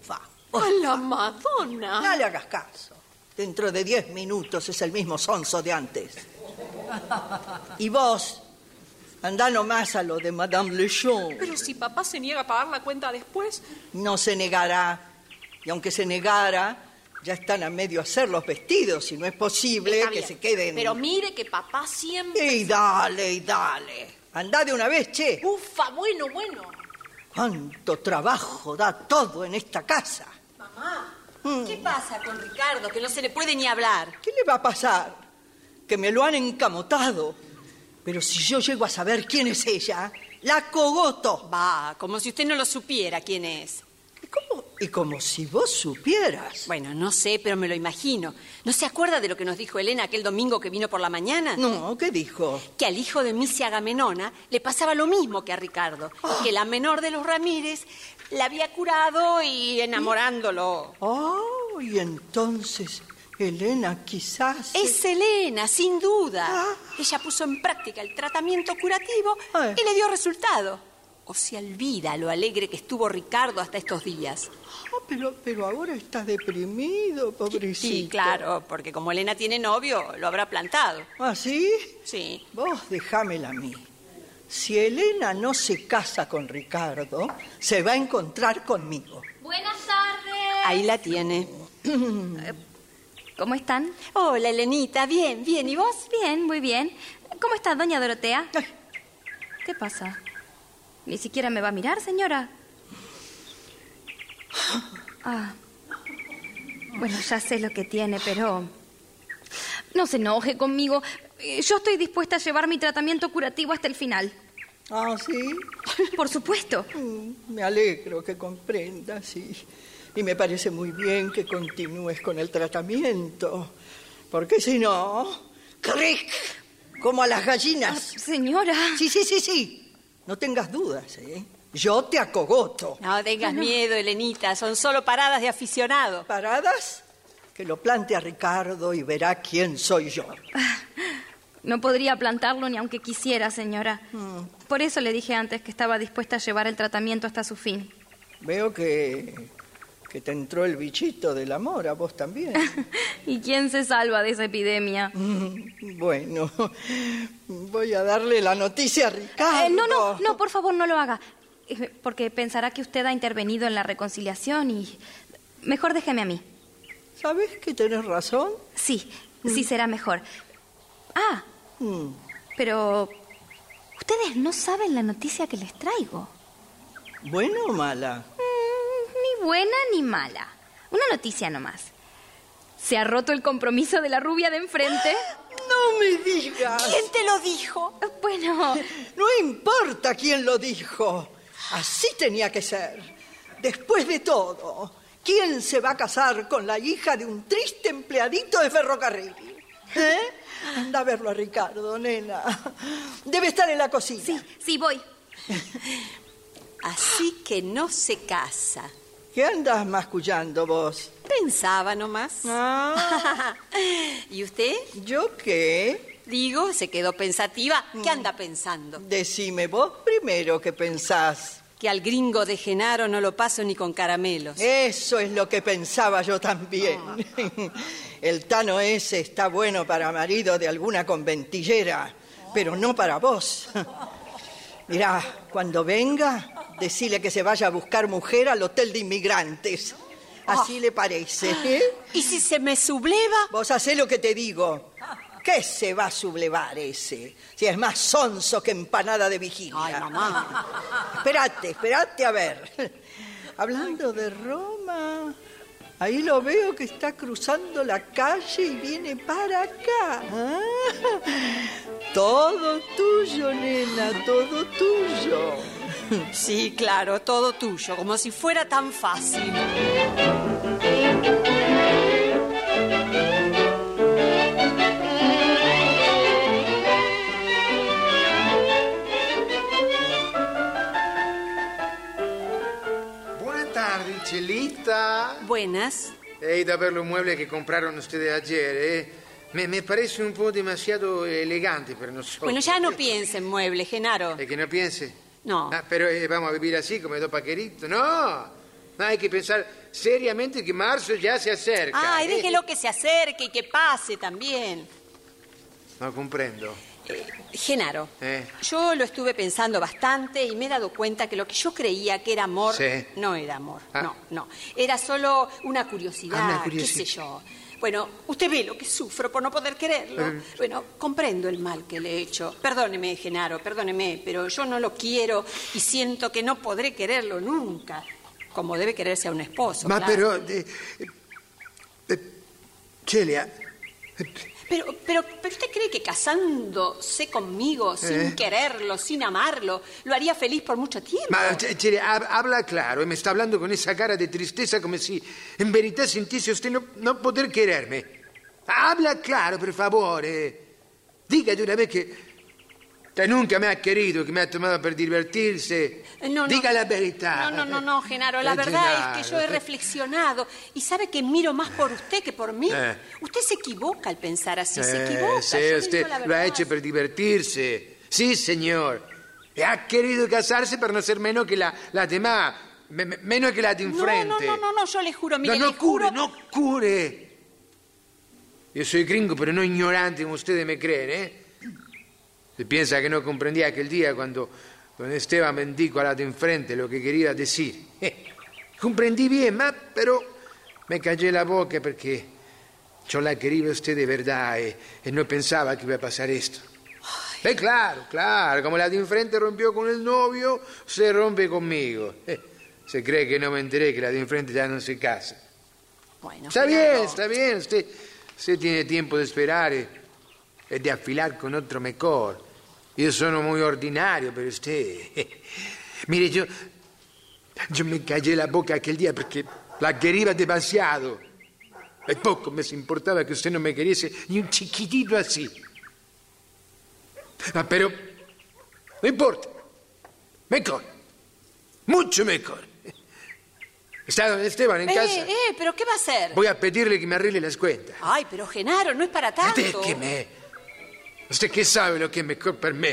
S4: Ufa. ¡A la Madonna! No le hagas caso. Dentro de diez minutos es el mismo sonso de antes. Y vos, andá nomás a lo de Madame Lechon.
S6: Pero si papá se niega a pagar la cuenta después,
S4: No se negará. Y aunque se negara, ya están a medio hacer los vestidos y no es posible
S6: Está
S4: que
S6: bien,
S4: se queden.
S6: Pero mire que papá siempre.
S4: Y dale, y dale. Andá de una vez, che.
S5: Ah,
S6: Ufa, bueno, bueno.
S4: Cuánto trabajo da todo en esta casa.
S5: Mamá, ¿qué pasa con Ricardo que no se le puede ni hablar?
S4: ¿Qué le va a pasar? Que me lo han encamotado. Pero si yo llego a saber quién es ella, la cogoto.
S5: Va, Ah, como si usted no lo supiera quién es.
S4: Y como si vos supieras.
S5: Bueno, no sé, pero me lo imagino. ¿No se acuerda de lo que nos dijo Elena aquel domingo que vino por la mañana?
S4: No, ¿qué dijo?
S5: Que al hijo de Misia Agamenona le pasaba lo mismo que a Ricardo. Que la menor de los Ramírez la había curado y enamorándolo.
S4: Oh, y entonces, Elena quizás...
S5: Es Elena, sin duda. Ella puso en práctica el tratamiento curativo y le dio resultado. O se olvida lo alegre que estuvo Ricardo hasta estos días.
S4: Ah, pero, pero ahora está deprimido, pobrecito.
S5: Sí, claro, porque como Elena tiene novio, lo habrá plantado.
S4: ¿Ah, sí?
S5: Sí.
S4: Vos dejámela a mí. Si Elena no se casa con Ricardo, se va a encontrar conmigo.
S9: Buenas tardes.
S5: Ahí la tiene.
S9: Eh, ¿Cómo están?
S5: Hola, Elenita. Bien, bien. ¿Y vos?
S9: Bien, muy bien. ¿Cómo está, doña Dorotea? ¿Qué pasa? Ni siquiera me va a mirar, señora. Ah. Bueno, ya sé lo que tiene, pero... No se enoje conmigo. Eh, Yo estoy dispuesta a llevar mi tratamiento curativo hasta el final.
S4: ¿Ah, sí? Mm,
S9: Por supuesto.
S4: Me alegro que comprendas y, y me parece muy bien que continúes con el tratamiento. Porque si no... ¡Cric! Como a las gallinas.
S9: Ah, señora.
S4: Sí, sí, sí, sí. No tengas dudas, ¿eh? Yo te acogoto.
S9: Ah.
S5: No tengas miedo, Elenita. Son solo paradas de aficionado.
S4: ¿Paradas? Que lo plante a Ricardo y verá quién soy yo.
S9: No podría plantarlo ni aunque quisiera, señora.
S5: Mm.
S9: Por eso le dije antes que estaba dispuesta a llevar el tratamiento hasta su fin.
S4: Veo que, que te entró el bichito del amor a vos también.
S9: ¿Y quién se salva de esa epidemia?
S4: Bueno, voy a darle la noticia a Ricardo.
S9: Eh, no, no, no, por favor, no lo haga. Eh, Porque pensará que usted ha intervenido en la reconciliación y... Mejor déjeme a mí.
S4: ¿Sabes que tenés razón?
S9: Sí, sí será mejor. Ah, pero... Ustedes no saben la noticia que les traigo.
S4: ¿Bueno o mala?
S9: Ni buena ni mala. Una noticia nomás. Se ha roto el compromiso de la rubia de enfrente.
S4: No me digas.
S9: ¿Quién
S5: te lo dijo?
S9: Bueno,
S4: No importa quién lo dijo. Así tenía que ser. Después de todo, ¿quién se va a casar con la hija de un triste empleadito de ferrocarril? ¿Eh? Anda a verlo a Ricardo, nena. Debe estar en la cocina.
S9: Sí, sí, voy.
S5: Así que no se casa.
S4: ¿Qué andas mascullando vos? Ah,
S5: Pensaba nomás. ¿Y usted?
S4: ¿Yo qué?
S5: Digo, se quedó pensativa. ¿Qué anda pensando?
S4: Decime vos primero qué pensás.
S5: Que al gringo de Genaro no lo paso ni con caramelos. Ah.
S4: Eso es lo que pensaba yo también. El Tano ese está bueno para marido de alguna conventillera, pero no para vos. Mirá, cuando venga, decile que se vaya a buscar mujer al hotel de inmigrantes. Así le parece. ¿eh?
S5: Ah. ¿Y si se me subleva?
S4: Vos hacé lo que te digo. ¿Qué se va a sublevar ese? Si es más sonso que empanada de vigilia. Ay, mamá. Espérate, espérate a ver. Hablando de Roma, ahí lo veo que está cruzando la calle y viene para acá. Ah, Todo tuyo, nena, todo tuyo.
S5: Sí, claro, todo tuyo, como si fuera tan fácil.
S10: Buenas tardes, Chelita.
S5: Buenas.
S10: He ido a ver los muebles que compraron ustedes ayer, ¿eh? Me, me parece un po' demasiado elegante para nosotros.
S5: Bueno, ya no piense en muebles, Genaro.
S10: Es que no piense.
S5: No.
S10: Ah, pero eh, vamos a vivir así, como dos paqueritos. No. No, hay que pensar seriamente que marzo ya se acerca.
S5: Ay,
S10: ¿eh?
S5: déjelo que se acerque y que pase también.
S10: No comprendo.
S5: Genaro,
S10: Eh.
S5: yo lo estuve pensando bastante y me he dado cuenta que lo que yo creía que era amor
S10: Sí.
S5: no era amor.
S10: Ah.
S5: No, no. Era solo una curiosidad,
S10: Ah, una
S5: qué
S10: curiosidad.
S5: sé yo. Bueno, usted ve lo que sufro por no poder quererlo.
S10: Eh.
S5: Bueno, comprendo el mal que le he hecho. Perdóneme, Genaro, perdóneme, pero yo no lo quiero y siento que no podré quererlo nunca, como debe quererse a un esposo.
S10: Ma
S5: claro.
S10: però... eh, eh, Celia,
S5: Pero, pero, pero usted cree que casándose conmigo, sin
S10: Eh.
S5: quererlo, sin amarlo, lo haría feliz por mucho tiempo.
S10: ma Ce- Celia, hab- habla claro e mi sta parlando con esa cara di tristezza come se in verità sentisse usted no- non poter querermi. Habla claro, per favore. Dica di una vez che... che nunca mi ha querido, che mi ha tomado per divertirse.
S5: Eh, No, no.
S10: Dica la verità.
S5: No, no, no, no, Genaro, la
S10: Eh,
S5: verdad es que yo he
S10: Genaro.
S5: reflexionado y sabe que miro más por usted que por mí.
S10: Eh.
S5: Usted se equivoca al pensar así, se
S10: Eh,
S5: equivoca.
S10: sí,
S5: yo le digo
S10: usted
S5: la
S10: lo ha
S5: verdad.
S10: hecho para divertirse. Sí, señor. Y Ha querido casarse para no ser menos que la- las demás, me- me- menos que las de
S5: no,
S10: enfrente.
S5: no, no, no, no, yo le juro, mire,
S10: No, no
S5: le juro.
S10: cure, no cure. Yo soy gringo, pero no ignorante como ustedes me creen, ¿eh? Se piensa que no comprendía aquel día cuando don Esteban me dijo a la de enfrente lo que quería decir. Comprendí bien, ma, pero me callé la boca porque yo la quería a usted de verdad eh, y, no pensaba que iba a pasar esto. Eh, claro, claro, como la de enfrente rompió con el novio, se rompe conmigo. Eh, se cree que no me enteré que la de enfrente ya no se casa.
S5: Bueno,
S10: Está
S5: Genaro.
S10: bien, está bien. Usted, usted tiene tiempo de esperar eh, e di affilare con altro mejor. Io sono muy ordinario per usted. Mire, io, io mi callé la bocca aquel día perché la queriva demasiado. E poco me importaba que usted no me queriese ni un chiquitito así. Ah, pero no importa. Mejor. Mucho mejor. Está don Esteban en
S5: eh,
S10: casa.
S5: eh, pero ¿qué va a hacer?
S10: Voy a pedirle que me arregle las cuentas.
S5: Ay, pero Genaro, no es para tanto.
S10: Déjeme. Usted qué sabe lo que es mejor para mí.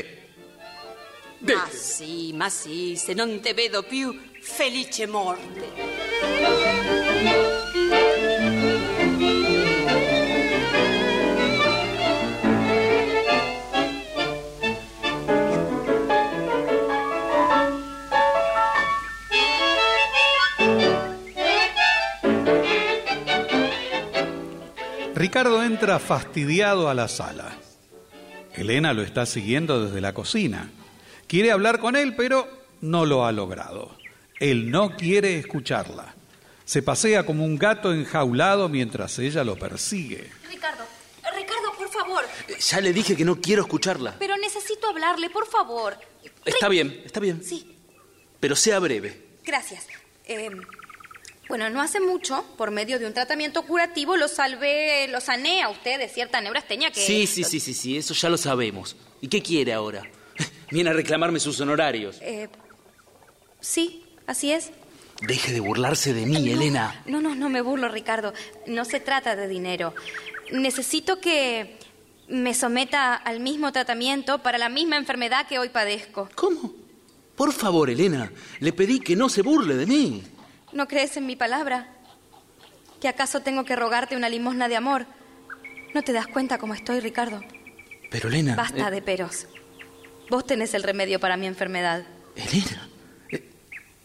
S5: Ma sì, ma sì, se non te vedo più, felice morte.
S3: Ricardo entra fastidiado a la sala. Elena lo está siguiendo desde la cocina. Quiere hablar con él, pero no lo ha logrado. Él no quiere escucharla. Se pasea como un gato enjaulado mientras ella lo persigue.
S9: Ricardo, Ricardo, por favor.
S7: Ya le dije que no quiero escucharla.
S9: Pero necesito hablarle, por favor.
S7: Está bien, está bien.
S9: Sí.
S7: Pero sea breve.
S9: Gracias. Eh, bueno, no hace mucho, por medio de un tratamiento curativo, lo salvé, lo sané a usted de cierta neurasteña que...
S7: Sí, sí, sí, sí, sí, eso ya lo sabemos. ¿Y qué quiere ahora? Viene a reclamarme sus honorarios.
S9: Eh, sí, Eh, así es.
S14: Deje de burlarse de mí, Elena.
S9: No, no, no me burlo, Ricardo. No se trata de dinero. Necesito que me someta al mismo tratamiento para la misma enfermedad que hoy padezco.
S7: ¿Cómo? Por favor, Elena, le pedí que no se burle de mí.
S9: ¿No crees en mi palabra? ¿Que acaso tengo que rogarte una limosna de amor? ¿No te das cuenta cómo estoy, Ricardo?
S7: Pero, Elena.
S9: Basta
S7: eh,
S9: de peros. Vos tenés el remedio para mi enfermedad.
S7: Elena, eh,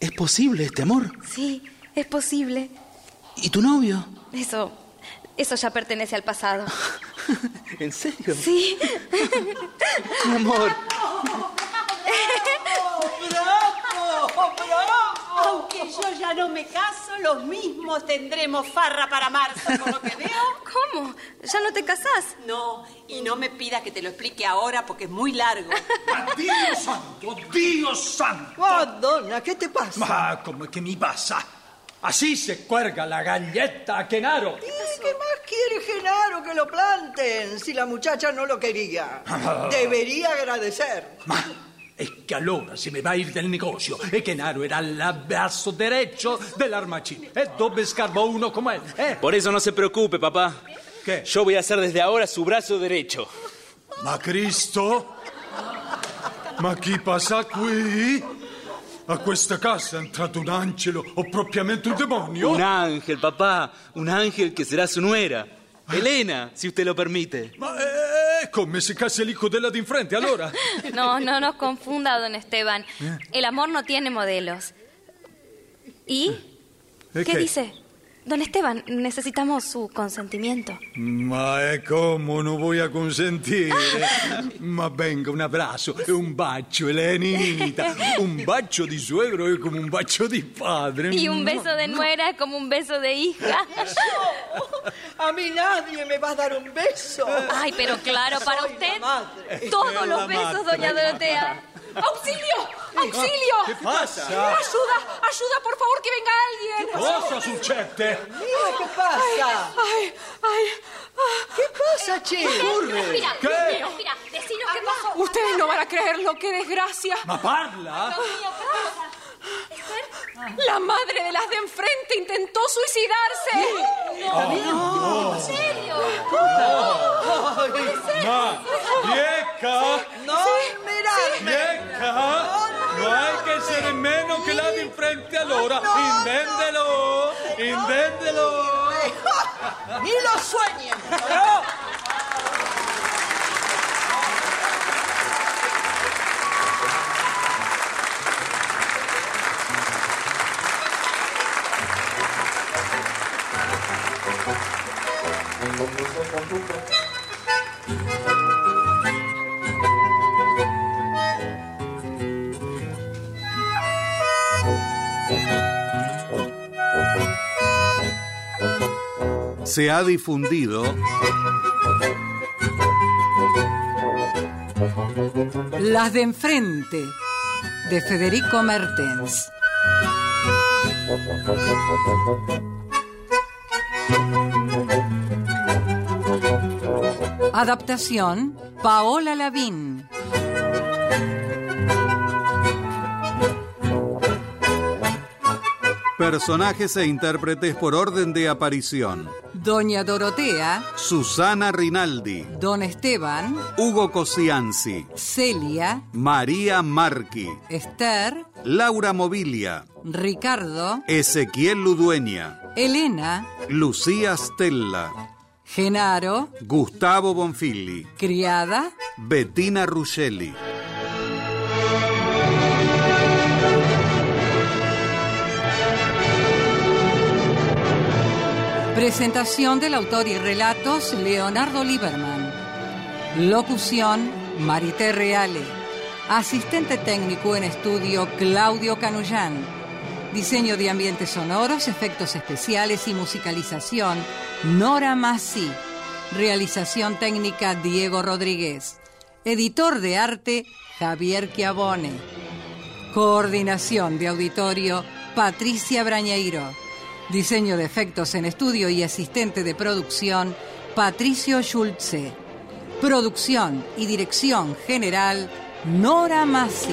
S7: ¿es posible este amor?
S9: Sí, es posible.
S7: ¿Y tu novio?
S9: Eso, eso ya pertenece al pasado.
S7: ¿En serio?
S9: Sí.
S7: Amor.
S5: ¡Bravo! ¡Bravo! Aunque yo ya no me caso, los mismos tendremos farra para marzo, por lo que veo.
S9: ¿Cómo? ¿Ya no te casás?
S5: No, y no me pidas que te lo explique ahora porque es muy largo.
S1: Dios santo, Dios santo.
S15: Madonna, ¿qué te pasa?
S1: Ma come che mi passa? Así se cuelga la galleta a Kenaro.
S15: ¿Y ¿Qué más quiere Genaro que lo planten? Si la muchacha no lo quería. Debería agradecer.
S1: E che allora se mi va il del negozio e Kenaro era all'abbasso derecho dell'armacino. E dove scarbo uno come eh?
S14: Por eso no se preocupe, papá.
S1: ¿Qué?
S14: Yo voy a ser desde ahora su brazo derecho.
S1: Ma Cristo? Ma chi passa qui? A questa casa è entrato un angelo o propriamente un demonio?
S14: Un ángel, papá. Un ángel que será su nuera. Elena, si usted lo permite.
S1: Ah. Ma eh, come se casa lì codella di in frente, allora?
S9: No, no nos confunda, don Esteban. El amor no tiene modelos. ¿Y?
S1: ¿Eh,
S9: ¿Qué,
S1: qué?
S9: dice? Don Esteban, necesitamos su consentimiento.
S1: Ma è come non voy a consentire? Ma venga un abbraccio e un bacio, Elenita. Un bacio di suegro è come un bacio di padre.
S9: Y un beso de nuera es como un beso de hija.
S15: A mí nadie me va a dar un beso.
S9: Ay, pero claro, para
S15: Soy la
S9: usted
S15: madre.
S9: todos
S15: Este Es
S9: los
S15: la
S9: besos,
S15: madre.
S9: doña Dorotea. ¡Auxilio! ¡Auxilio!
S1: ¿Qué pasa?
S6: ¡Ayuda! ¡Ayuda, por favor, que venga alguien!
S1: Cosa succede?
S15: Mira qué pasa.
S6: ¡Ay, ay! Eh,
S15: ¿Qué pasa, che?
S6: Mira,
S1: ¿Qué?
S6: mira, mira, decinos qué pasó. Ustedes no van a creerlo, qué desgracia.
S1: Ma parla?
S6: La madre de las de enfrente intentó suicidarse.
S1: No.
S6: ¿En serio?
S1: Ma ecco. Rieca!
S15: No mirarme.
S1: Rieca! ecco. No hay que ser menos que la di in frente allora. Invendelo! Invendelo!
S15: Ni lo sueñen.
S3: Se ha difundido
S2: Las de enfrente, de Federico Mertens. Adaptación, Paola Lavín.
S3: personajes e intérpretes por orden de aparición.
S2: Doña Dorotea,
S3: Susana Rinaldi,
S2: Don Esteban,
S3: Hugo Cosianzi,
S2: Celia,
S3: María Marqui,
S2: Esther,
S3: Laura Mobilia,
S2: Ricardo,
S3: Ezequiel Ludueña,
S2: Elena,
S3: Lucía Stella,
S2: Genaro,
S3: Gustavo Bonfilli,
S2: criada,
S3: Bettina Ruggeli.
S2: Presentación del autor y relatos Leonardo Lieberman. Locución Marité Reale. Asistente técnico en estudio Claudio Canullán. Diseño de ambientes sonoros, efectos especiales y musicalización Nora Massi. Realización técnica Diego Rodríguez. Editor de arte Javier Chiavone. Coordinación de auditorio Patricia Brañeiro. Diseño de efectos en estudio y asistente de producción, Patricio Schulze. Producción y dirección general, Nora Massi.